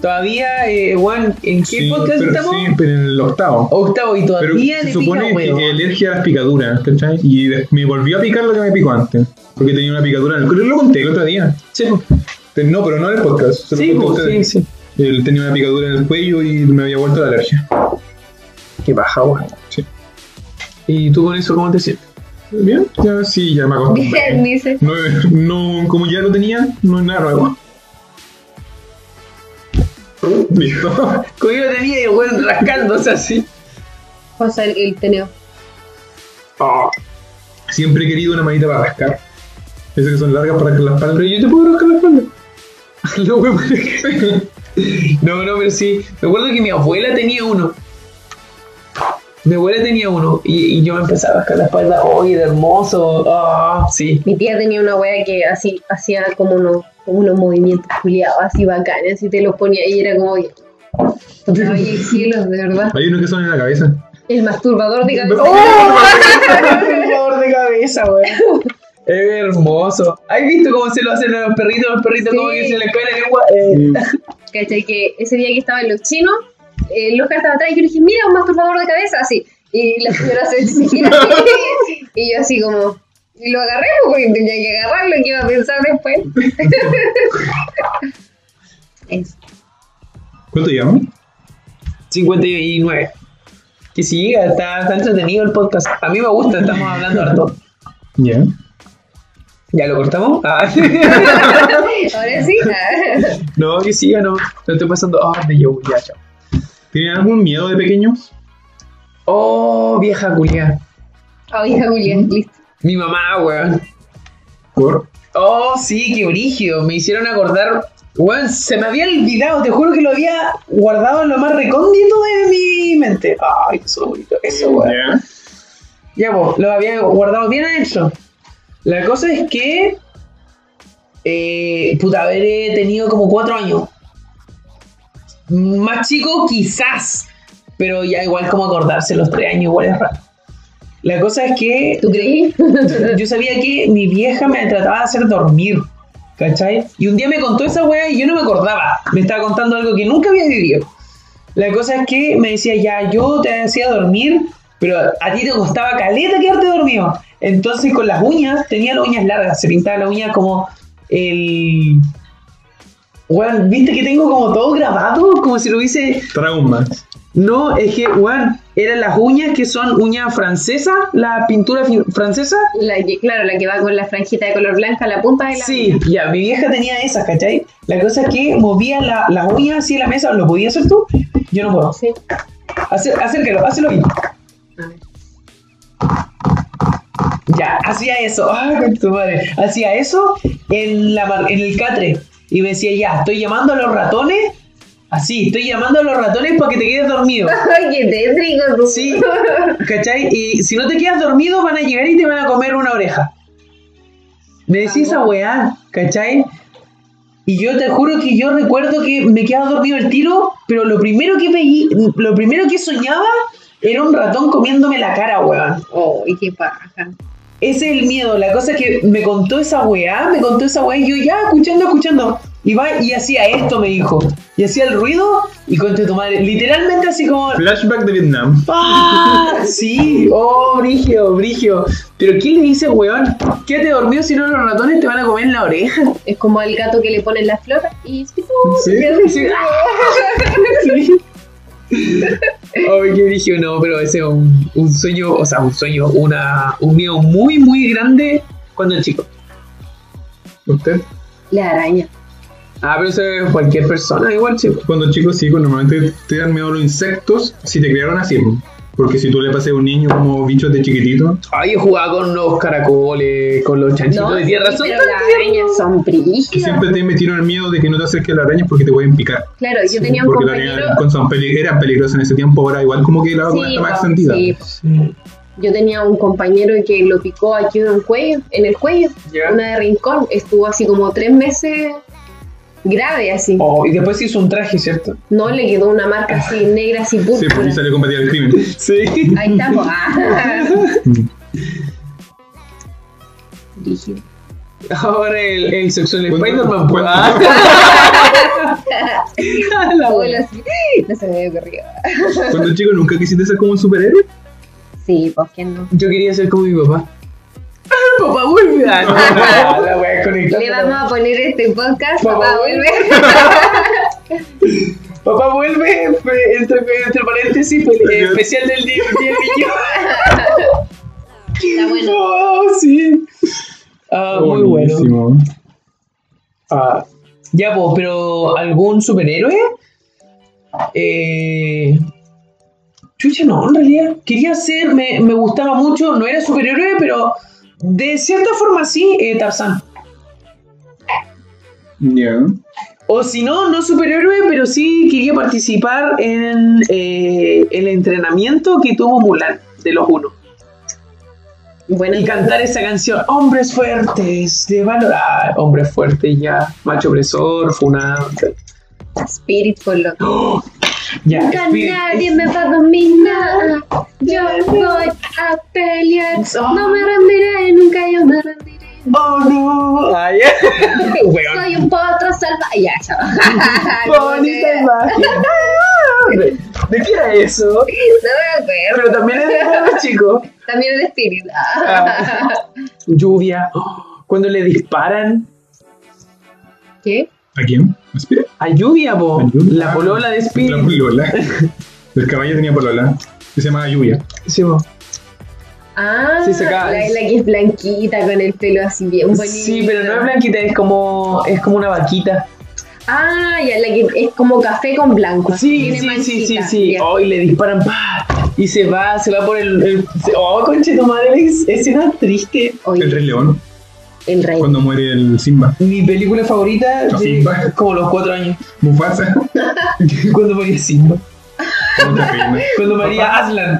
A: Todavía, eh, weón, ¿en qué
B: Sí,
A: podcast
B: pero,
A: estamos?
B: sí, pero en el octavo.
A: Octavo, y
B: Pero
A: todavía
B: se
A: le pica,
B: supone que
A: weón.
B: alergia a las picaduras, ¿cachai? Y de- me volvió a picar lo que me picó antes. Porque tenía una picadura en el cuello. Lo conté el otro día.
A: Sí, po.
B: Te- No, pero no en el podcast. se lo
A: sí,
B: conté a
A: po, sí,
B: ustedes.
A: sí.
B: Él tenía una picadura en el cuello y me había vuelto la alergia.
A: Qué baja, weón.
B: Sí.
A: ¿Y tú con eso cómo te sientes?
B: Bien, ya sí, ya me
C: Bien,
B: acostumbré.
C: dice.
B: No, no, como ya lo tenía, no es nada nuevo. Listo.
A: Como yo lo tenía y el weón rascándose así.
C: José, el, el teneo.
A: Oh.
B: Siempre he querido una manita para rascar. Esas que son largas para rascar la espalda, pero yo te puedo rascar la espalda.
A: No, weón, No, no, pero sí. Me acuerdo que mi abuela tenía uno. Mi abuela tenía uno y, y yo me empezaba a rascar la espalda. ¡Oye, de hermoso! ¡Ah! sí.
C: Mi tía tenía una wea que así hacía como unos, como unos movimientos culiados, así bacanes, así te los ponía y era como. que- Oye, cielos, de verdad.
B: Hay unos que son en la cabeza.
C: El masturbador de
A: ¡Oh!
C: cabeza.
A: Un dolor de cabeza, güey. Es hermoso. ¿Has visto cómo se lo hacen a los perritos? Los perritos,
C: Sí.
A: como que se les cae la lengua. Eh,
C: ¿Cachai? Que ese día que estaban los chinos, el Oscar estaba atrás y yo le dije, mira, un masturbador de cabeza, así. Y la señora se gira así. Y yo así como, y lo agarré pues, porque tenía que agarrarlo, que iba a pensar después. Eso.
B: ¿Cuánto llevamos?
A: 59. Que si llega, está, está entretenido el podcast. A mí me gusta, estamos hablando harto.
B: Ya.
A: ¿Ya lo cortamos? Ah.
C: Ahora sí. ah.
A: no, que sí, ya no. Lo estoy pasando. Ah, de yo, ya, chao.
B: ¿Tienen algún miedo de pequeños?
A: Oh, vieja culia.
C: Ah, hija Julián, listo.
A: Mi mamá, weón.
B: ¿Por?
A: Oh, sí, qué brígido. Me hicieron acordar. Weón, se me había olvidado. Te juro que lo había guardado en lo más recóndito de mi mente. Ay, qué bonito eso, weón.
B: Ya.
A: Ya, pues, lo había guardado bien adentro. La cosa es que. Eh, puta, haber tenido como cuatro años. Más chico, quizás. Pero ya igual como acordarse los tres años, igual es raro. La cosa es que
C: ¿Tú creí?
A: yo sabía que mi vieja me trataba de hacer dormir. ¿Cachai? Y un día me contó esa wea y yo no me acordaba. Me estaba contando algo que nunca había vivido. La cosa es que me decía, ya, yo te hacía dormir, pero a ti te costaba caleta quedarte dormido. Entonces con las uñas, tenía las uñas largas, se pintaba la uña como el... Weón, ¿viste que tengo como todo grabado? Como si lo hubiese...
B: Traumas.
A: No, es que, weón, eran las uñas que son uñas francesas, la pintura fi- francesa.
C: La que- claro, la que va con la franjita de color blanca, la punta de la.
A: Sí, ya, mi vieja tenía esas, ¿cachai? La cosa es que movía la- las uñas así en la mesa, ¿lo podías hacer tú? Yo no puedo.
C: Sí.
A: Acé- acércalo, hazlo bien.
C: A ver.
A: Ya, hacía eso, ah, con tu madre. Hacía eso en, la, mar- en el catre. Y me decía, ya, estoy llamando a los ratones. Así, estoy llamando a los ratones para que te quedes dormido.
C: Ay, qué tétrico tú.
A: Sí, ¿cachai? Y si no te quedas dormido, van a llegar y te van a comer una oreja. Me decís esa weá, ¿cachai? Y yo te juro que yo recuerdo que me quedaba dormido el tiro, pero lo primero que veí, lo primero que soñaba era un ratón comiéndome la cara, weón.
C: Ay, qué paja.
A: Ese es el miedo. La cosa es que me contó esa weá, me contó esa weá, y yo ya, escuchando, escuchando. Y va y hacía esto, me dijo. Y hacía el ruido, y conté tu madre. Literalmente así como.
B: Flashback de Vietnam.
A: ¡Ah! Sí, oh, Brigio, Brigio. Pero ¿qué le dice, weón? ¿Qué te dormido si no los ratones te van a comer en la oreja?
C: Es como al gato que le ponen la flor y.
A: Sí, sí. Sí. Ay, qué Brigio, no, pero ese es un, un sueño, o sea, un sueño, una, un miedo muy, muy grande cuando el chico.
B: ¿Usted?
C: La araña.
A: Ah, pero eso es cualquier persona, igual, chico.
B: Cuando chicos, sí, cuando normalmente te dan miedo a los insectos si te criaron así. Porque si tú le pasas a un niño como bichos de chiquitito,
A: Ay, Ah, yo jugaba con los caracoles, con los chanchitos de tierra.
C: sí,
A: son
C: pero
A: tan
C: las
A: tiernos.
C: arañas son
B: que
C: brígidas.
B: siempre te metieron el miedo de que no te acerques a la araña porque te pueden picar.
C: Claro, yo tenía un
B: porque la araña
C: compañero.
B: con son peli- era peligrosa en ese tiempo, ahora igual como que la vacuna
C: Sí,
B: está más
C: po,
B: extendida.
C: sí, po. Yo tenía un compañero que lo picó aquí en el cuello, en el cuello,
A: Ya.
C: una de rincón. Estuvo así como tres meses grave así.
A: Oh, y después hizo un traje, ¿cierto?
C: No le quedó una marca así negra, así
B: Sí, pues
C: púrpura.
B: y salió combatir el crimen.
A: Sí.
C: Ahí está, po. Ah.
B: Mm.
C: Brígido.
A: Ahora el, el sexual
B: Cuenta-
A: Spider-Man. pues.
B: cuenta-
A: Ah, la
C: Abuelo,
A: abuela.
C: así, No se me ocurrió.
B: Cuando chico nunca quisiste ser como un superhéroe.
C: Sí, pues quién no.
A: Yo quería ser como mi papá. Ah, papá, vuelve. Ah, no, no, la wea es conectada.
C: Le vamos a poner este podcast,
A: Por
C: papá,
A: favor.
C: vuelve.
A: Papá, vuelve. fe- Entre, entre paréntesis, fe- eh, especial del día del día del niño.
C: Está bueno.
A: Oh, sí. Ah, muy bueno.
B: Buenísimo.
A: Ah, ya, pues, pero ¿algún superhéroe? Eh, chucha, no, en realidad. Quería ser, me, me gustaba mucho, no era superhéroe, pero de cierta forma sí, eh, Tarzán.
B: Ya.
A: O si no, no superhéroe, pero sí quería participar en eh, el entrenamiento que tuvo Mulan de los uno.
C: Bueno,
A: Y cantar esa canción, hombres fuertes, de valorar. Hombre fuerte ya, macho opresor, funado.
C: Spirit por lo
A: Ya,
C: Nunca
A: Spirit.
C: nadie me va a dominar. Yo voy a pelear. No me rendiré, nunca yo me rendiré.
A: Oh no. Ay, weón.
C: Soy un potro salvaje. Ya, chao.
A: Bonita imagen. ¿De qué era eso?
C: No me acuerdo.
A: Pero también es de nuevo, chico.
C: También el Spirit.
A: Ah. Lluvia. Oh, Cuando le disparan
C: ¿Qué?
B: ¿A quién? Espera.
A: a lluvia, po.
B: ¿A Lluvia?
A: La polola de
B: La
A: Spirit.
B: polola. El caballo tenía polola. que Se llamaba Lluvia.
A: Sí, po.
C: Ah,
A: Sí, se acaba.
C: la isla que es blanquita con el pelo así bien bonito.
A: Sí, pero no es blanquita, es como, es como una vaquita.
C: Ah, ya, la que es como café con blanco.
A: Sí,
C: tiene
A: sí, sí,
C: manchita,
A: sí, sí. Oh,
C: ya.
A: Hoy le disparan, pa, y se va, se va por el. el- se- oh, conche tu madre, es escena triste.
C: Oye,
B: El Rey León,
C: el rey.
B: cuando muere el Simba.
A: Mi película favorita, de-
B: Simba.
A: como los cuatro años,
B: Mufasa.
A: cuando moría Simba,
B: ¿Cómo te ríes?
A: cuando moría Aslan.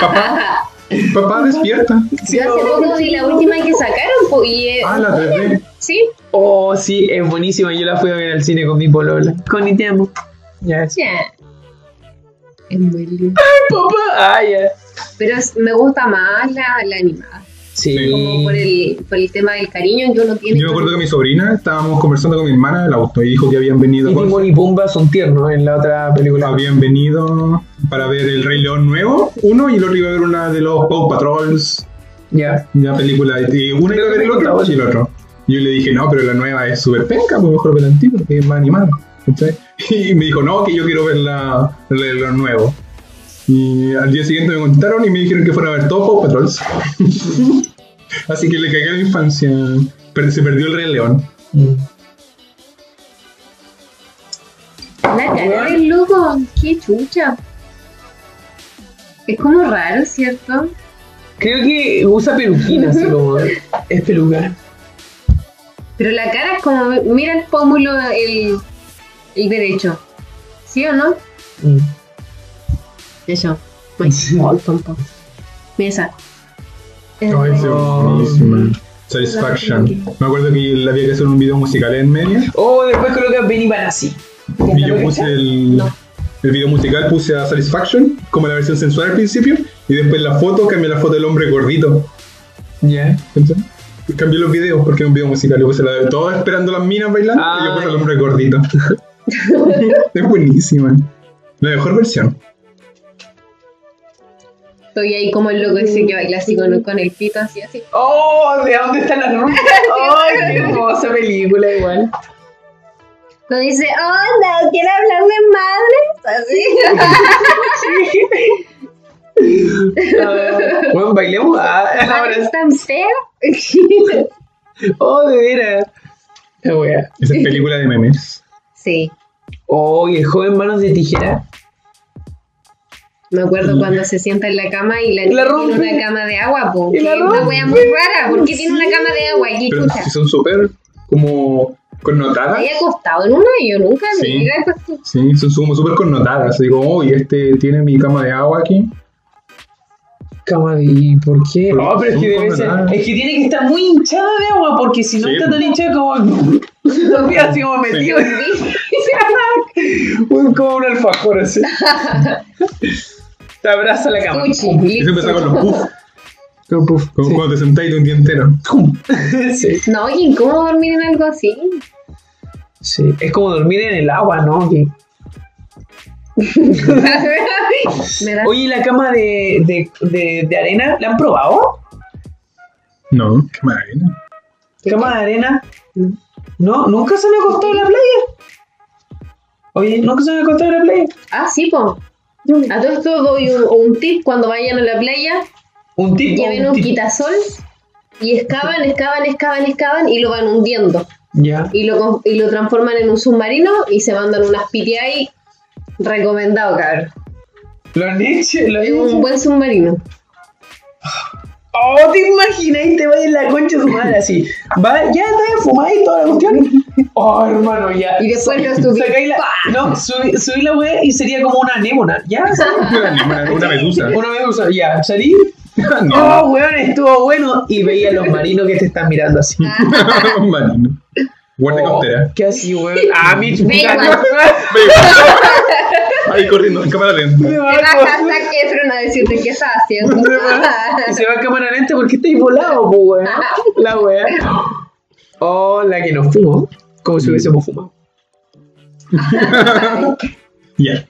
B: Papá, papá despierta.
A: Sí,
C: Yo hace
A: oh,
C: poco vi la última que sacaron, po, y eh,
B: Ah, la 3D.
C: sí,
A: oh, sí, es buenísima. Yo la fui a ver al cine con mi polola. Con te amo. Ya es. ¡Eh,
C: ya. Es muy lindo.
A: Papá, ah, ya.
C: Pero es- me gusta más la, la animada.
A: Sí.
C: Como por el, por el tema del cariño que uno tiene.
B: Yo me acuerdo que mi sobrina estábamos conversando con mi hermana en el auto y dijo que habían venido
A: Y
B: con-
A: Timón y Pumba son tiernos en la otra película.
B: habían venido para ver el Rey León nuevo, uno, y el otro iba a ver una de los Paw Patrols,
A: Ya.
B: una película, y una iba a ver el otro y el otro. Y yo le dije, no, pero la nueva es súper penca, pues mejor ver la antigua, que es más animada. ¿cachai? Y me dijo, no, que yo quiero ver la, el Rey León nuevo. Y al día siguiente me contaron y me dijeron que fuera a ver todos Paw Patrols. Así que le cagué a la infancia, pero se perdió el Rey León.
A: Mm.
C: La cara
A: Weón.
C: del loco, qué chucha. Es como raro, ¿cierto?
A: Creo que usa peluquina, así como. ¿eh? Es peluca.
C: Pero la cara es como, mira el pómulo, el, el derecho. ¿Sí o no?
A: Mm.
C: Eso. Ay, ay, tonto. Mira esa. Eh,
B: Ay, sí,
A: Oh.
B: buenísima. Satisfaction. Me acuerdo que le había que hacer un video musical en media.
A: O Oh, después coloca Benny Banassi.
B: Y yo puse el,
C: No.
B: el video musical, puse a Satisfaction como la versión sensual al principio. Y después la foto, cambié la foto del hombre gordito.
A: Ya.
B: ¿Cachai? Cambié los videos porque era un video musical. Yo puse la de todos esperando las minas bailando y yo
A: Ah,
B: puse al
A: ya.
B: hombre gordito. es buenísima. La mejor versión.
C: Estoy ahí como el loco ese que baila así con, con el pito, así, así.
A: Oh, ¿de dónde están las rumbas? Ay, qué hermosa película igual.
C: Cuando dice, oh, no, ¿quiere hablar de madres? Así.
A: Ah, bueno, bailemos. Ah, ahora.
C: ¿Es tan feo?
A: Oh, de veras. La wea.
B: Esa es película de memes.
C: sí,
A: Oh, y el joven manos de tijera.
C: me acuerdo cuando se sienta en la cama y la,
A: Y la
C: niña
A: rompe.
C: tiene una cama de agua, po.
A: Y la
C: que es una
A: rompe.
C: wea muy rara, ¿por qué tiene una cama de agua? ¿Qué
B: Pero
C: chucha?
B: si son súper como
C: ¿Se
B: connotadas.
C: había acostado en una? Yo nunca me
B: Sí.
C: había acostado.
B: Sí, son como súper connotadas. Digo, uy, este tiene mi cama de agua aquí.
A: Cama de. ¿y ¿Por qué?
B: Porque
A: Oh, pero es que
B: son
A: debe ser.
B: condenadas.
A: Es que tiene que estar muy hinchada de agua, porque si no
B: Sí.
A: está tan hinchada como. No voy así como metido. ah, Un- como un alfajor así. Te abraza la cama.
C: Sushi,
B: Y siempre
C: listo.
B: saco los puff.
A: Como puff,
B: Como
A: sí.
B: cuando te sentáis un día entero.
A: Sí,
C: No, y ¿cómo dormir en algo así?
A: sí. Es como dormir en el agua, ¿no? Que-
C: me da
A: Oye, ¿y la cama de, de, de, de arena, ¿la han probado?
B: No, qué maravilla.
A: ¿Cama de arena?
C: No.
A: ¿No? ¿Nunca se han acostado en la playa? Oye, ¿nunca se han acostado en la playa?
C: Ah, sí, po. A todo esto doy un, un tip cuando vayan a la playa,
A: Un tipo.
C: lleven un quitasol y excavan, excavan, excavan, excavan y lo van hundiendo.
A: Ya.
C: Y lo, con- y lo transforman en un submarino y se mandan unas PTI. Recomendado, cabrón.
A: Lo han hecho, lo han
C: Es un
A: hecho.
C: buen submarino.
A: Oh, te imaginas y te vayas en la concha de tu madre así. Va, ya te fumáis toda la cuestión. Oh, hermano, ya.
C: Y después lo subí.
A: Sacáis la, no, subí, subí la wea y sería como una anémona. Ya,
B: Una, una medusa.
A: una vez usado, ya, salí.
B: no,
A: Oh, weón, estuvo bueno. Y veía a los marinos que te están mirando así.
B: un marino. Guarda
A: Oh,
B: costera.
A: ¿Qué así, weón? Ah, mi chucha.
C: Baywatch.
B: Ahí corriendo, en cámara lenta.
A: Me va
C: Te
A: a
C: baja
A: coger.
C: Zac Efron a decirte qué estás haciendo.
A: Y se va a cámara lenta porque estáis volado, pues, weón. La weá. Oh, la que nos fumó. Como si hubiésemos fumado.
B: Ya.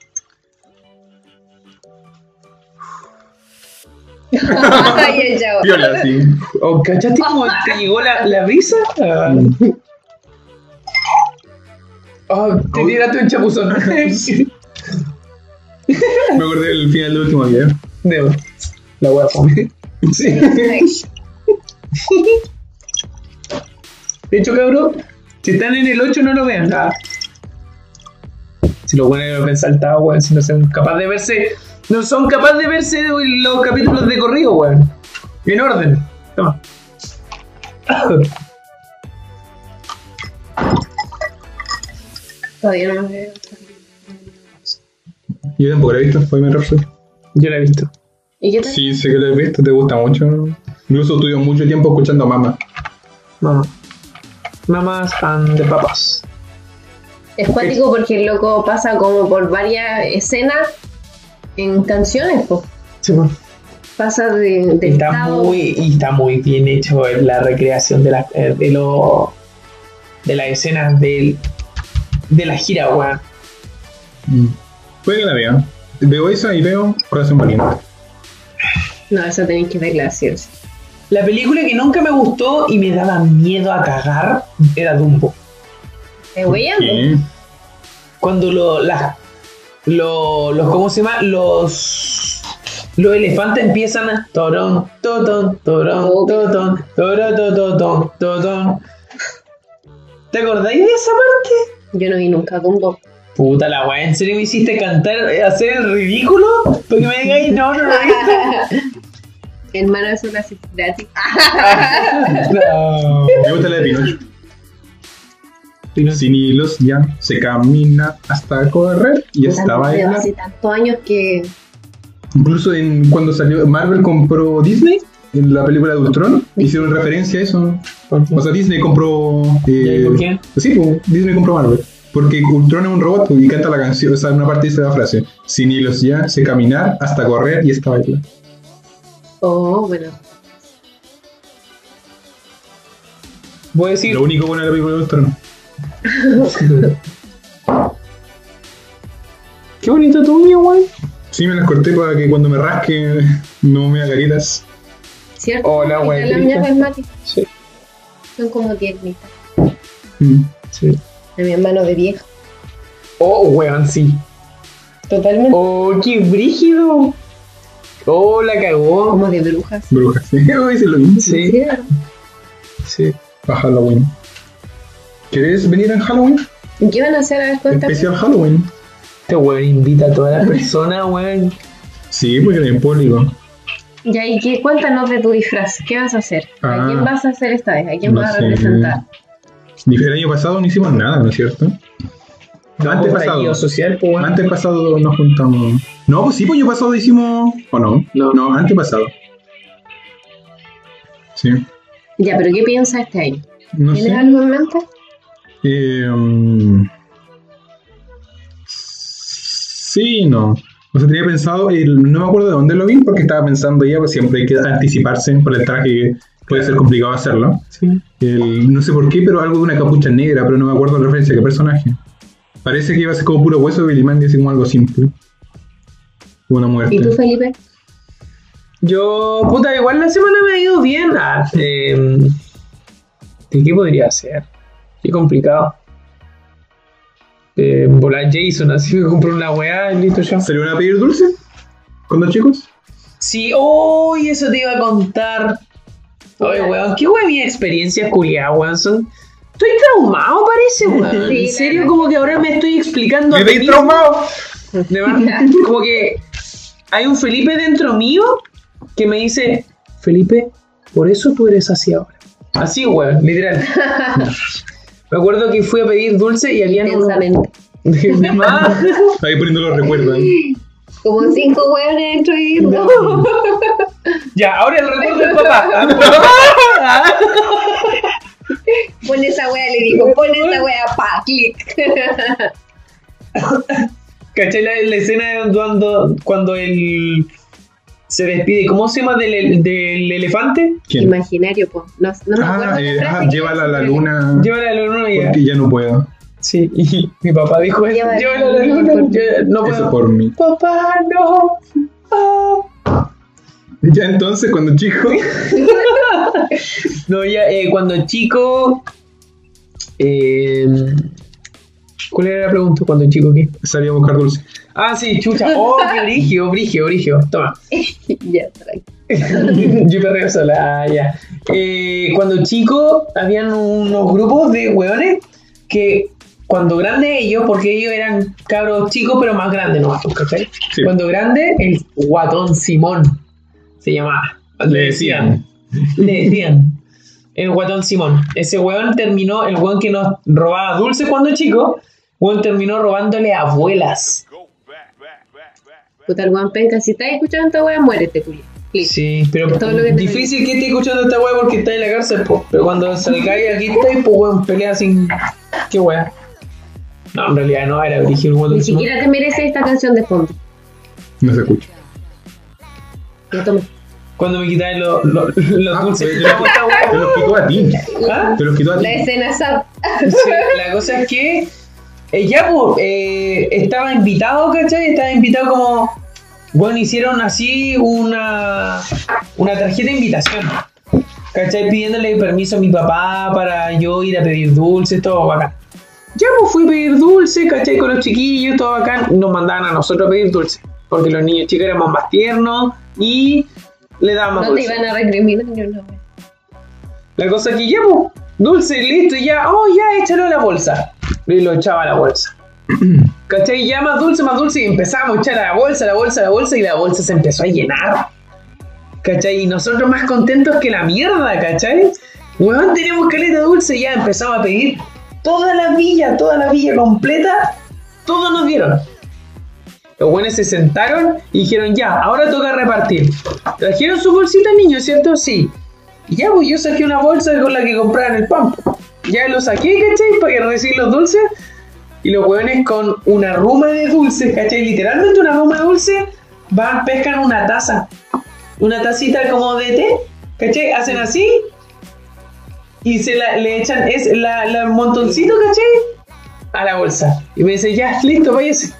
C: Ay, el chavo.
B: Viola, sí.
A: Oh, ¿cachaste cómo te llegó la, la brisa? Ah. Oh, te tiraste un chapuzón.
B: Me acordé del final del último video.
A: Debo. La wea fome.
B: Sí.
A: De hecho, cabrón, si están en el 8 no lo vean. Ah. Si los buenos lo ven saltado, weón, si no son capaces de verse. No son capaces de verse los capítulos de corrido, weón. En orden. Toma.
C: Todavía no lo veo.
B: Yo tampoco la he visto, fue mi Rhapsody.
A: Yo la he visto.
C: ¿Y qué tal?
B: Sí, sé que la he visto, te gusta mucho. Incluso estuve mucho tiempo escuchando a mamá.
A: Mamá. Mamás and the papas.
C: Es cuático porque el loco pasa como por varias escenas en canciones, pues.
A: Sí, po.
C: Pasa de, del
A: Está
C: estado-
A: muy, y está muy bien hecho eh, la recreación de, la, eh, de, lo, de las escenas del, de la gira, weón.
B: Puede que Mm. la vea. Veo esa y veo Corazón Valiente.
C: No, eso tenéis que verla, sí. o sí.
A: La película que nunca me gustó y me daba miedo a cagar era Dumbo.
C: ¿Me voy a
B: ¿Qué?
A: Cuando lo, las- lo- los, ¿cómo se llama? Los, los elefantes empiezan a... Torón, totón, torón,
C: Oh.
A: totón, torón, totón, totón. ¿Te acordáis de esa parte?
C: Yo no vi nunca Dumbo.
A: Puta la weá, ¿en serio me hiciste cantar, eh, hacer el ridículo? Porque me digáis, no, no lo viste.
C: Hermano, eso lo hace gratis.
A: No.
B: Me gusta la de Pinocho. Sin hilos ya se camina hasta correr y hasta
C: Tanto, pero
B: bailar.
C: Ah, Hace tantos años que.
B: Incluso en, cuando salió Marvel compró Disney en la película de Ultron, hicieron referencia a eso. O sea, Disney compró.
A: ¿Y
B: Eh,
A: por qué?
B: Sí, pues, Disney compró Marvel. Porque Ultron es un robot y canta la canción, o sea, en una parte dice la frase: Sin hilos ya se caminar hasta correr y hasta bailar.
C: Oh, bueno.
A: Voy a decir,
B: Lo único bueno de la película de Ultron.
A: qué bonito tu uña, weón.
B: Sí, me las corté para que cuando me rasque no me haga heridas.
C: ¿Cierto?
A: Hola,
C: Ahí
A: güey,
C: está La
A: ¿viste?
C: mía es Mati.
A: Sí,
C: Son como 10 mitas.
B: Mm.
A: sí.
C: De mi hermano de vieja.
A: Oh, weón, sí.
C: Totalmente.
A: Oh, qué brígido. Oh, la cagó.
C: Como de brujas.
B: Brujas. Sí, hice lo mismo.
A: Sí, sí.
B: Para Halloween. ¿Querés venir en Halloween?
C: ¿Y ¿Qué van a hacer? A ver, cuéntame.
B: Especial Halloween.
A: Este weón invita a todas las personas, weón.
B: Sí, porque en el público.
C: Ya, ¿y qué? Cuéntanos de tu disfraz. ¿Qué vas a hacer? ¿A
B: Ah.
C: quién vas a hacer esta vez? ¿A quién
B: No
C: vas a
B: sé.
C: representar?
B: El año pasado no hicimos nada, ¿no es cierto? Antes pasado.
A: Estallido social, pues, weón.
B: Antes pasado nos juntamos. No, pues sí, pues yo pasado hicimos. ¿O no?
A: No.
B: no antes pasado. Sí.
C: Ya, pero ¿qué piensas este año?
B: No
C: ¿Tienes
B: sé.
C: algo en mente?
B: Eh, mm, sí, no. O sea, tenía pensado, el- no me acuerdo de dónde lo vi, porque estaba pensando ya, pues siempre hay que anticiparse por el traje, que puede ser complicado hacerlo.
A: Sí.
B: El- no sé por qué, pero algo de una capucha negra, pero no me acuerdo la referencia, qué personaje. Parece que iba a ser como puro hueso de Billy Mandy, así como algo simple. Como Una muerte.
C: ¿Y tú, Felipe?
A: Yo, puta, igual la semana me ha ido bien. Ah, eh, ¿De qué podría ser? Qué complicado. Eh, volar Jason, así me compró una weá y listo ya.
B: ¿Salieron a pedir dulce? ¿Con los chicos?
A: Sí, hoy eso te iba a contar. Oye, weón, qué weón mi experiencia culiada, weón. Son- Estoy traumado, parece, weón.
C: Sí,
A: en serio,
C: claro.
A: como que ahora me estoy explicando
B: ¡Me
A: a
B: veis
A: mí
B: traumado!
A: de verdad, como que hay un Felipe dentro mío que me dice, Felipe, por eso tú eres así ahora. Así, weón, literal. Me acuerdo que fui a pedir dulce y había
C: Intensamente.
B: Ahí poniendo los recuerdos. ¿eh?
C: Como cinco hueones dentro y
A: ya, ahora el recuerdo del papá. Ah,
C: Pon esa wea, le digo, pon esa wea, pa, clic.
A: ¿Cachai la, la escena de cuando, cuando él se despide? ¿Cómo se llama del, del elefante?
B: ¿Quién?
C: Imaginario, po. No, no me acuerdo.
B: Ah,
C: la
B: eh,
C: frase
B: ah,
C: que
B: llévala a
C: hace,
B: la
C: pero-
B: luna.
A: Llévala a la luna ya.
B: Porque ya no puedo.
A: Sí, y mi papá dijo eso.
C: Llévala a
A: Llévala
C: la
A: a la
C: luna,
A: luna.
C: por-
A: yo- No puedo.
B: Eso por mí.
A: Papá, no. Ah.
B: Ya entonces, cuando chico.
A: No, ya, eh, cuando chico. eh, ¿Cuál era la pregunta cuando el chico aquí?
B: Salí a buscar dulce.
A: Ah, sí, chucha. Oh, qué brigio, brigio, brigio. Toma.
C: ya, tranqui.
A: Yo perreo sola, ah, ya. Eh, cuando chico, habían unos grupos de hueones que cuando grandes ellos, porque ellos eran cabros chicos, pero más grandes, ¿no? ¿Cachai?
B: Sí.
A: Cuando grande, el guatón Simón se llamaba.
B: Le decían.
A: Le decían. El guatón Simón. Ese hueón terminó, el hueón que nos robaba dulces cuando chico, hueón terminó robándole abuelas.
C: Puta el weón penca, si estás escuchando esta wea, muérete, culiao. Listo.
A: Sí, pero
C: Todo lo que te-
A: difícil que esté escuchando esta weá porque está en la cárcel, po. Pero cuando salgáis aquí estáis, pues weón, pelea sin. ¿Qué weá? No, en realidad no era origen
C: Ni siquiera te merece esta canción de fondo.
B: No se escucha.
C: No tomes.
A: Cuando me quitáis los los- los
B: Ah,
A: dulces.
B: pero-
A: ¿Cómo está, weá?
B: Te los quitó a ti.
A: ¿Ah?
B: Te los quitó a ti.
C: La escena SAP.
A: Sí, la cosa es que eh, ya pues, eh, estaba invitado, ¿cachai? Estaba invitado como, bueno, hicieron así una, una tarjeta de invitación, ¿cachai? Pidiéndole permiso a mi papá para yo ir a pedir dulces, todo bacán. Ya pues fui a pedir dulce, ¿cachai? Con los chiquillos, todo bacán. Nos mandaban a nosotros a pedir dulce, porque los niños chicos éramos más tiernos y le dábamos
C: No te
A: dulce.
C: iban a recriminar ni una wea.
A: La cosa que llevo, dulce, listo, ya, oh, ya, échalo a la bolsa. Y lo echaba a la bolsa. ¿Cachai? Ya más dulce, más dulce, y empezamos a echar a la bolsa, a la bolsa, a la bolsa, y la bolsa se empezó a llenar. ¿Cachai? Y nosotros más contentos que la mierda, ¿cachai? Weón, tenemos caleta dulce, ya empezamos a pedir toda la villa, toda la villa completa, todos nos dieron. Los buenos se sentaron y dijeron, ya, ahora toca repartir. Trajeron su bolsita, niño, ¿cierto? Sí. Y ya, pues yo saqué una bolsa con la que compraban el pan. Ya lo saqué, ¿cachai? Para que recibir los dulces. Y los hueones con una ruma de dulces, ¿cachai? Literalmente una ruma de dulces, van, pescan una taza. Una tacita como de té, ¿cachai? Hacen así. Y se la, le echan es la, la montoncito, ¿cachai? A la bolsa. Y me dice, ya, listo, váyase.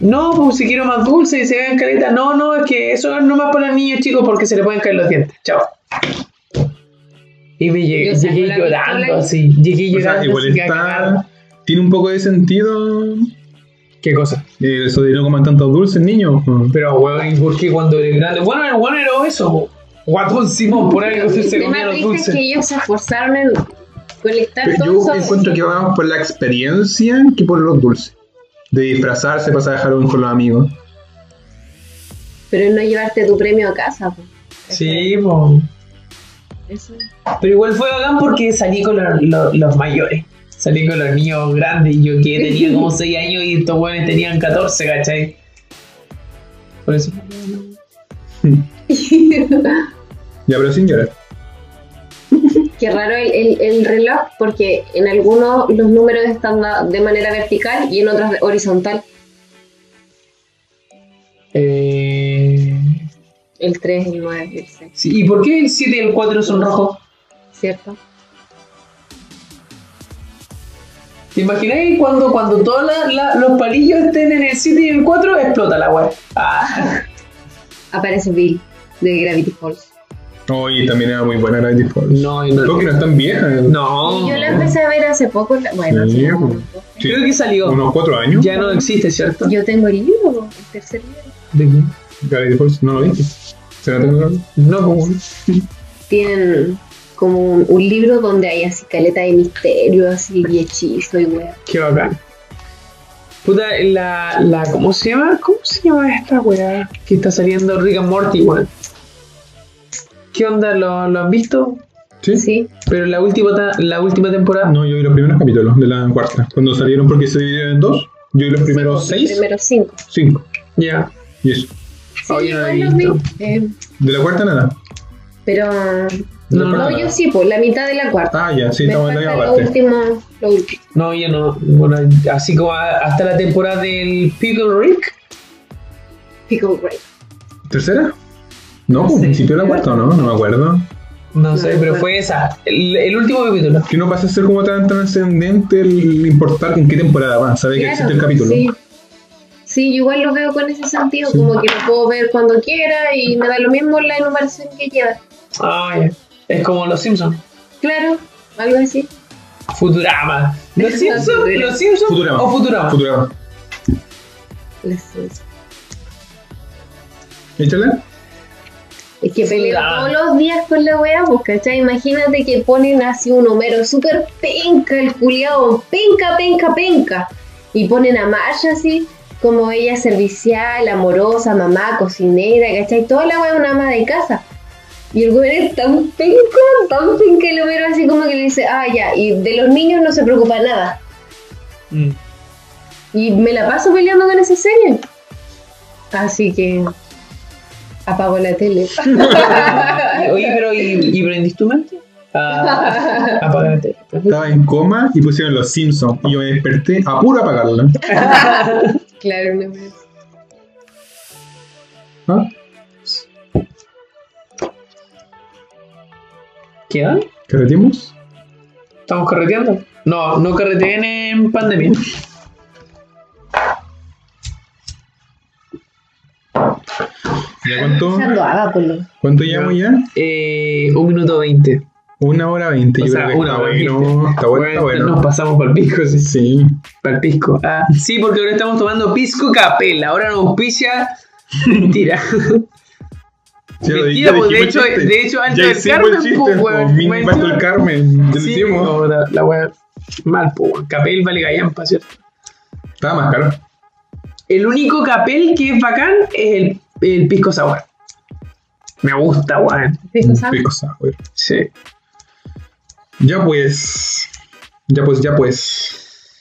A: No, pues si quiero más dulce y se vean caleta. No, no, es que eso es nomás para los niños chicos porque se le pueden caer los dientes. Chao. Y me llegué,
C: Yo saco
A: llegué
C: la
A: llorando
C: pistola y-
A: así. Llegué
B: O
A: llorando
B: sea, igual
A: así que a cagar.
B: está. Tiene un poco de sentido
A: ¿Qué cosa?
B: eh, eso de no coman tantos dulces, niño.
A: Pero, weón, ¿y por qué cuando eres grande? Bueno, el weón era eso, guatón Simón, por algo se, se
C: Lo
A: comía los
C: más triste es
A: dulces.
C: que ellos se esforzaron en colectar todos
B: Yo
C: esos-
B: encuentro que va más por la experiencia que por los dulces. De disfrazarse, pasar a Halloween con los amigos.
C: Pero no llevarte tu premio a casa. po.
A: Sí, po.
C: Eso es.
A: pero igual fue bacán porque salí con los, los- los mayores. Salí con los niños grandes, yo que tenía como 6 años y estos weones tenían 14, ¿cachai? Por eso.
B: Ya, pero sin llorar.
C: Qué raro el, el- el reloj, porque en algunos los números están da- de manera vertical y en otros de- horizontal.
A: Eh,
C: El 3, el 9, el 6,
A: sí, ¿Y por qué el 7 y el 4 son rojos?
C: ¿cierto?
A: ¿Te imagináis cuando, cuando todos la- la- los palillos estén en el 7 y el 4? Explota la weá. Ah.
C: Aparece Bill de Gravity Falls.
B: Oh, y también era muy buena la de Discord.
A: No, en
B: Creo que no es tan vieja.
A: No.
C: Y yo la empecé a ver hace poco. la- Bueno, hace
B: Sí, pues.
C: como
B: po.
C: dos,
B: Sí,
A: Creo que salió.
B: Unos cuatro años.
A: Ya no existe, ¿cierto?
C: tres. Yo tengo el libro, el tercer libro.
A: ¿De qué?
B: Ya la de Discord, no lo viste. ¿Será tan grave?
A: No, como.
C: Tienen como un, un libro donde hay así caleta de misterio, así y hechizo y wea.
A: Qué bacán. Puta, la, la. ¿Cómo se llama? ¿Cómo se llama esta weá? Que está saliendo Rick and Morty, weón. ¿Qué onda? ¿Lo, lo han visto?
B: Sí.
C: Sí,
A: Pero la última, ta- la última temporada.
B: No, yo vi los primeros capítulos de la cuarta. Cuando salieron porque se dividieron en dos. Yo vi los primeros
C: Sí,
B: seis,
C: Primero cinco.
B: cinco.
A: Ya.
B: Y eso.
C: Sí,
A: Oh, yo no
C: igual
A: he
C: los vi.
A: visto.
C: eh,
B: De la cuarta nada.
C: pero
B: De
A: No,
B: la cuarta,
C: no,
B: nada.
C: yo sí, por la mitad de la cuarta.
B: Ah, ya, sí,
C: Me
B: estamos en la
C: falta
B: misma
C: lo
B: parte.
C: último, lo último.
A: No, yo no. Bueno, así como a- hasta la temporada del Pickle Rick.
C: Pickle Rick.
B: ¿Tercera? No, pues,
A: Sí.
B: principio de la cuarta, ¿no? No me acuerdo.
A: No
C: No
A: sé, pero
C: recuerdo.
A: fue esa. El, el último capítulo.
B: Que no pasa a ser como tan trascendente el importar en qué temporada va, sabe que
C: Claro,
B: existe el capítulo.
C: Sí. Sí, yo igual lo veo con ese sentido,
B: Sí.
C: como que lo puedo ver cuando quiera y me da lo mismo la enumeración que lleva.
A: Ah, ya. Es como Los Simpsons.
C: Claro, algo así.
A: Futurama. ¿Los Simpsons? ¿Los Simpsons?
B: Futurama.
A: ¿O Futurama?
B: Futurama.
C: Los Simpsons.
B: Échala.
C: Es que peleo
A: Ya.
C: todos los días con la weá, pues, ¿cachai? Imagínate que ponen así un Homero súper penca, el culiao, penca, penca, penca. Y ponen a Marcia así, como ella servicial, amorosa, mamá, cocinera, ¿cachai? Toda la weá una ama de casa. Y el güey es tan penca, tan penca el Homero así como que le dice, ah, ya, y de los niños no se preocupa nada.
A: Mm.
C: Y me la paso peleando con esa serie. Así que apago la tele.
A: Oye, pero ¿y, y prendiste tu mente? Ah, apagate.
B: Estaba en coma y pusieron los Simpsons. Y yo me desperté a puro apagarla.
C: Claro, una vez.
B: ¿Ah?
A: ¿Qué va?
B: ¿Carretimos?
A: ¿Estamos carreteando? No, no carreteen en pandemia.
B: ¿Ya cuánto,
C: Usando Avápolo.
B: cuánto llevamos ya?
A: Eh, un minuto veinte.
B: Una hora veinte.
A: O
B: Yo
A: sea,
B: creo que
A: una
B: está
A: hora
B: bueno. Está bueno, está
A: Nos
B: bueno.
A: pasamos para el pisco, sí.
B: Sí.
A: Para el pisco. Ah, sí, porque ahora estamos tomando pisco capela. Ahora nos auspicia. Mentira.
B: Ya lo
A: Mentira,
B: dije,
A: pues, de
B: dijimos
A: hecho-
B: el chiste.
A: de hecho, Alto
B: Ya
A: del Carmen,
B: hicimos el chiste,
A: pues,
B: po,
A: weón.
B: Mini
A: Bueno,
B: Alto del Carmen. Ya lo
A: Sí,
B: hicimos.
A: no, la, la wea. Mal, po, weón. Capel vale gallampa, ¿cierto?
B: Estaba más caro.
A: El único capel que es bacán es el, el pisco sour. Me gusta, weón.
C: Pisco sour.
B: Qué cosa, güey.
A: Sí.
B: Ya pues. Ya pues, ya pues.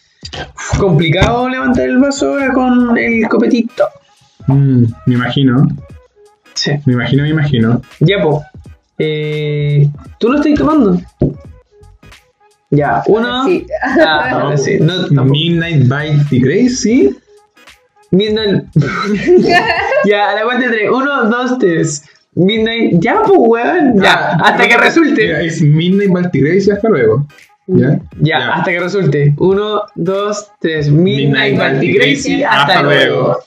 A: Complicado levantar el vaso ahora con el copetito.
B: Mm, me imagino.
A: Sí.
B: Me imagino, me imagino.
A: Ya, po. Eh, ¿Tú lo estás tomando? Ya, uno.
C: Sí.
A: Ah, ahora sí. No, tampoco.
B: pues, Midnight Bite the Crazy.
A: Midnight. ya, a la cuenta de tres. Uno, dos, tres. Midnight. Ya, pues, weón. Ya,
B: Ah,
A: hasta que resulte.
B: Mira, es Midnight Bite the Crazy hasta luego. ¿Ya?
A: Ya, hasta que resulte. Uno, dos, tres. Midnight,
B: Midnight
A: Party
B: Party
A: Crazy. Hasta, luego.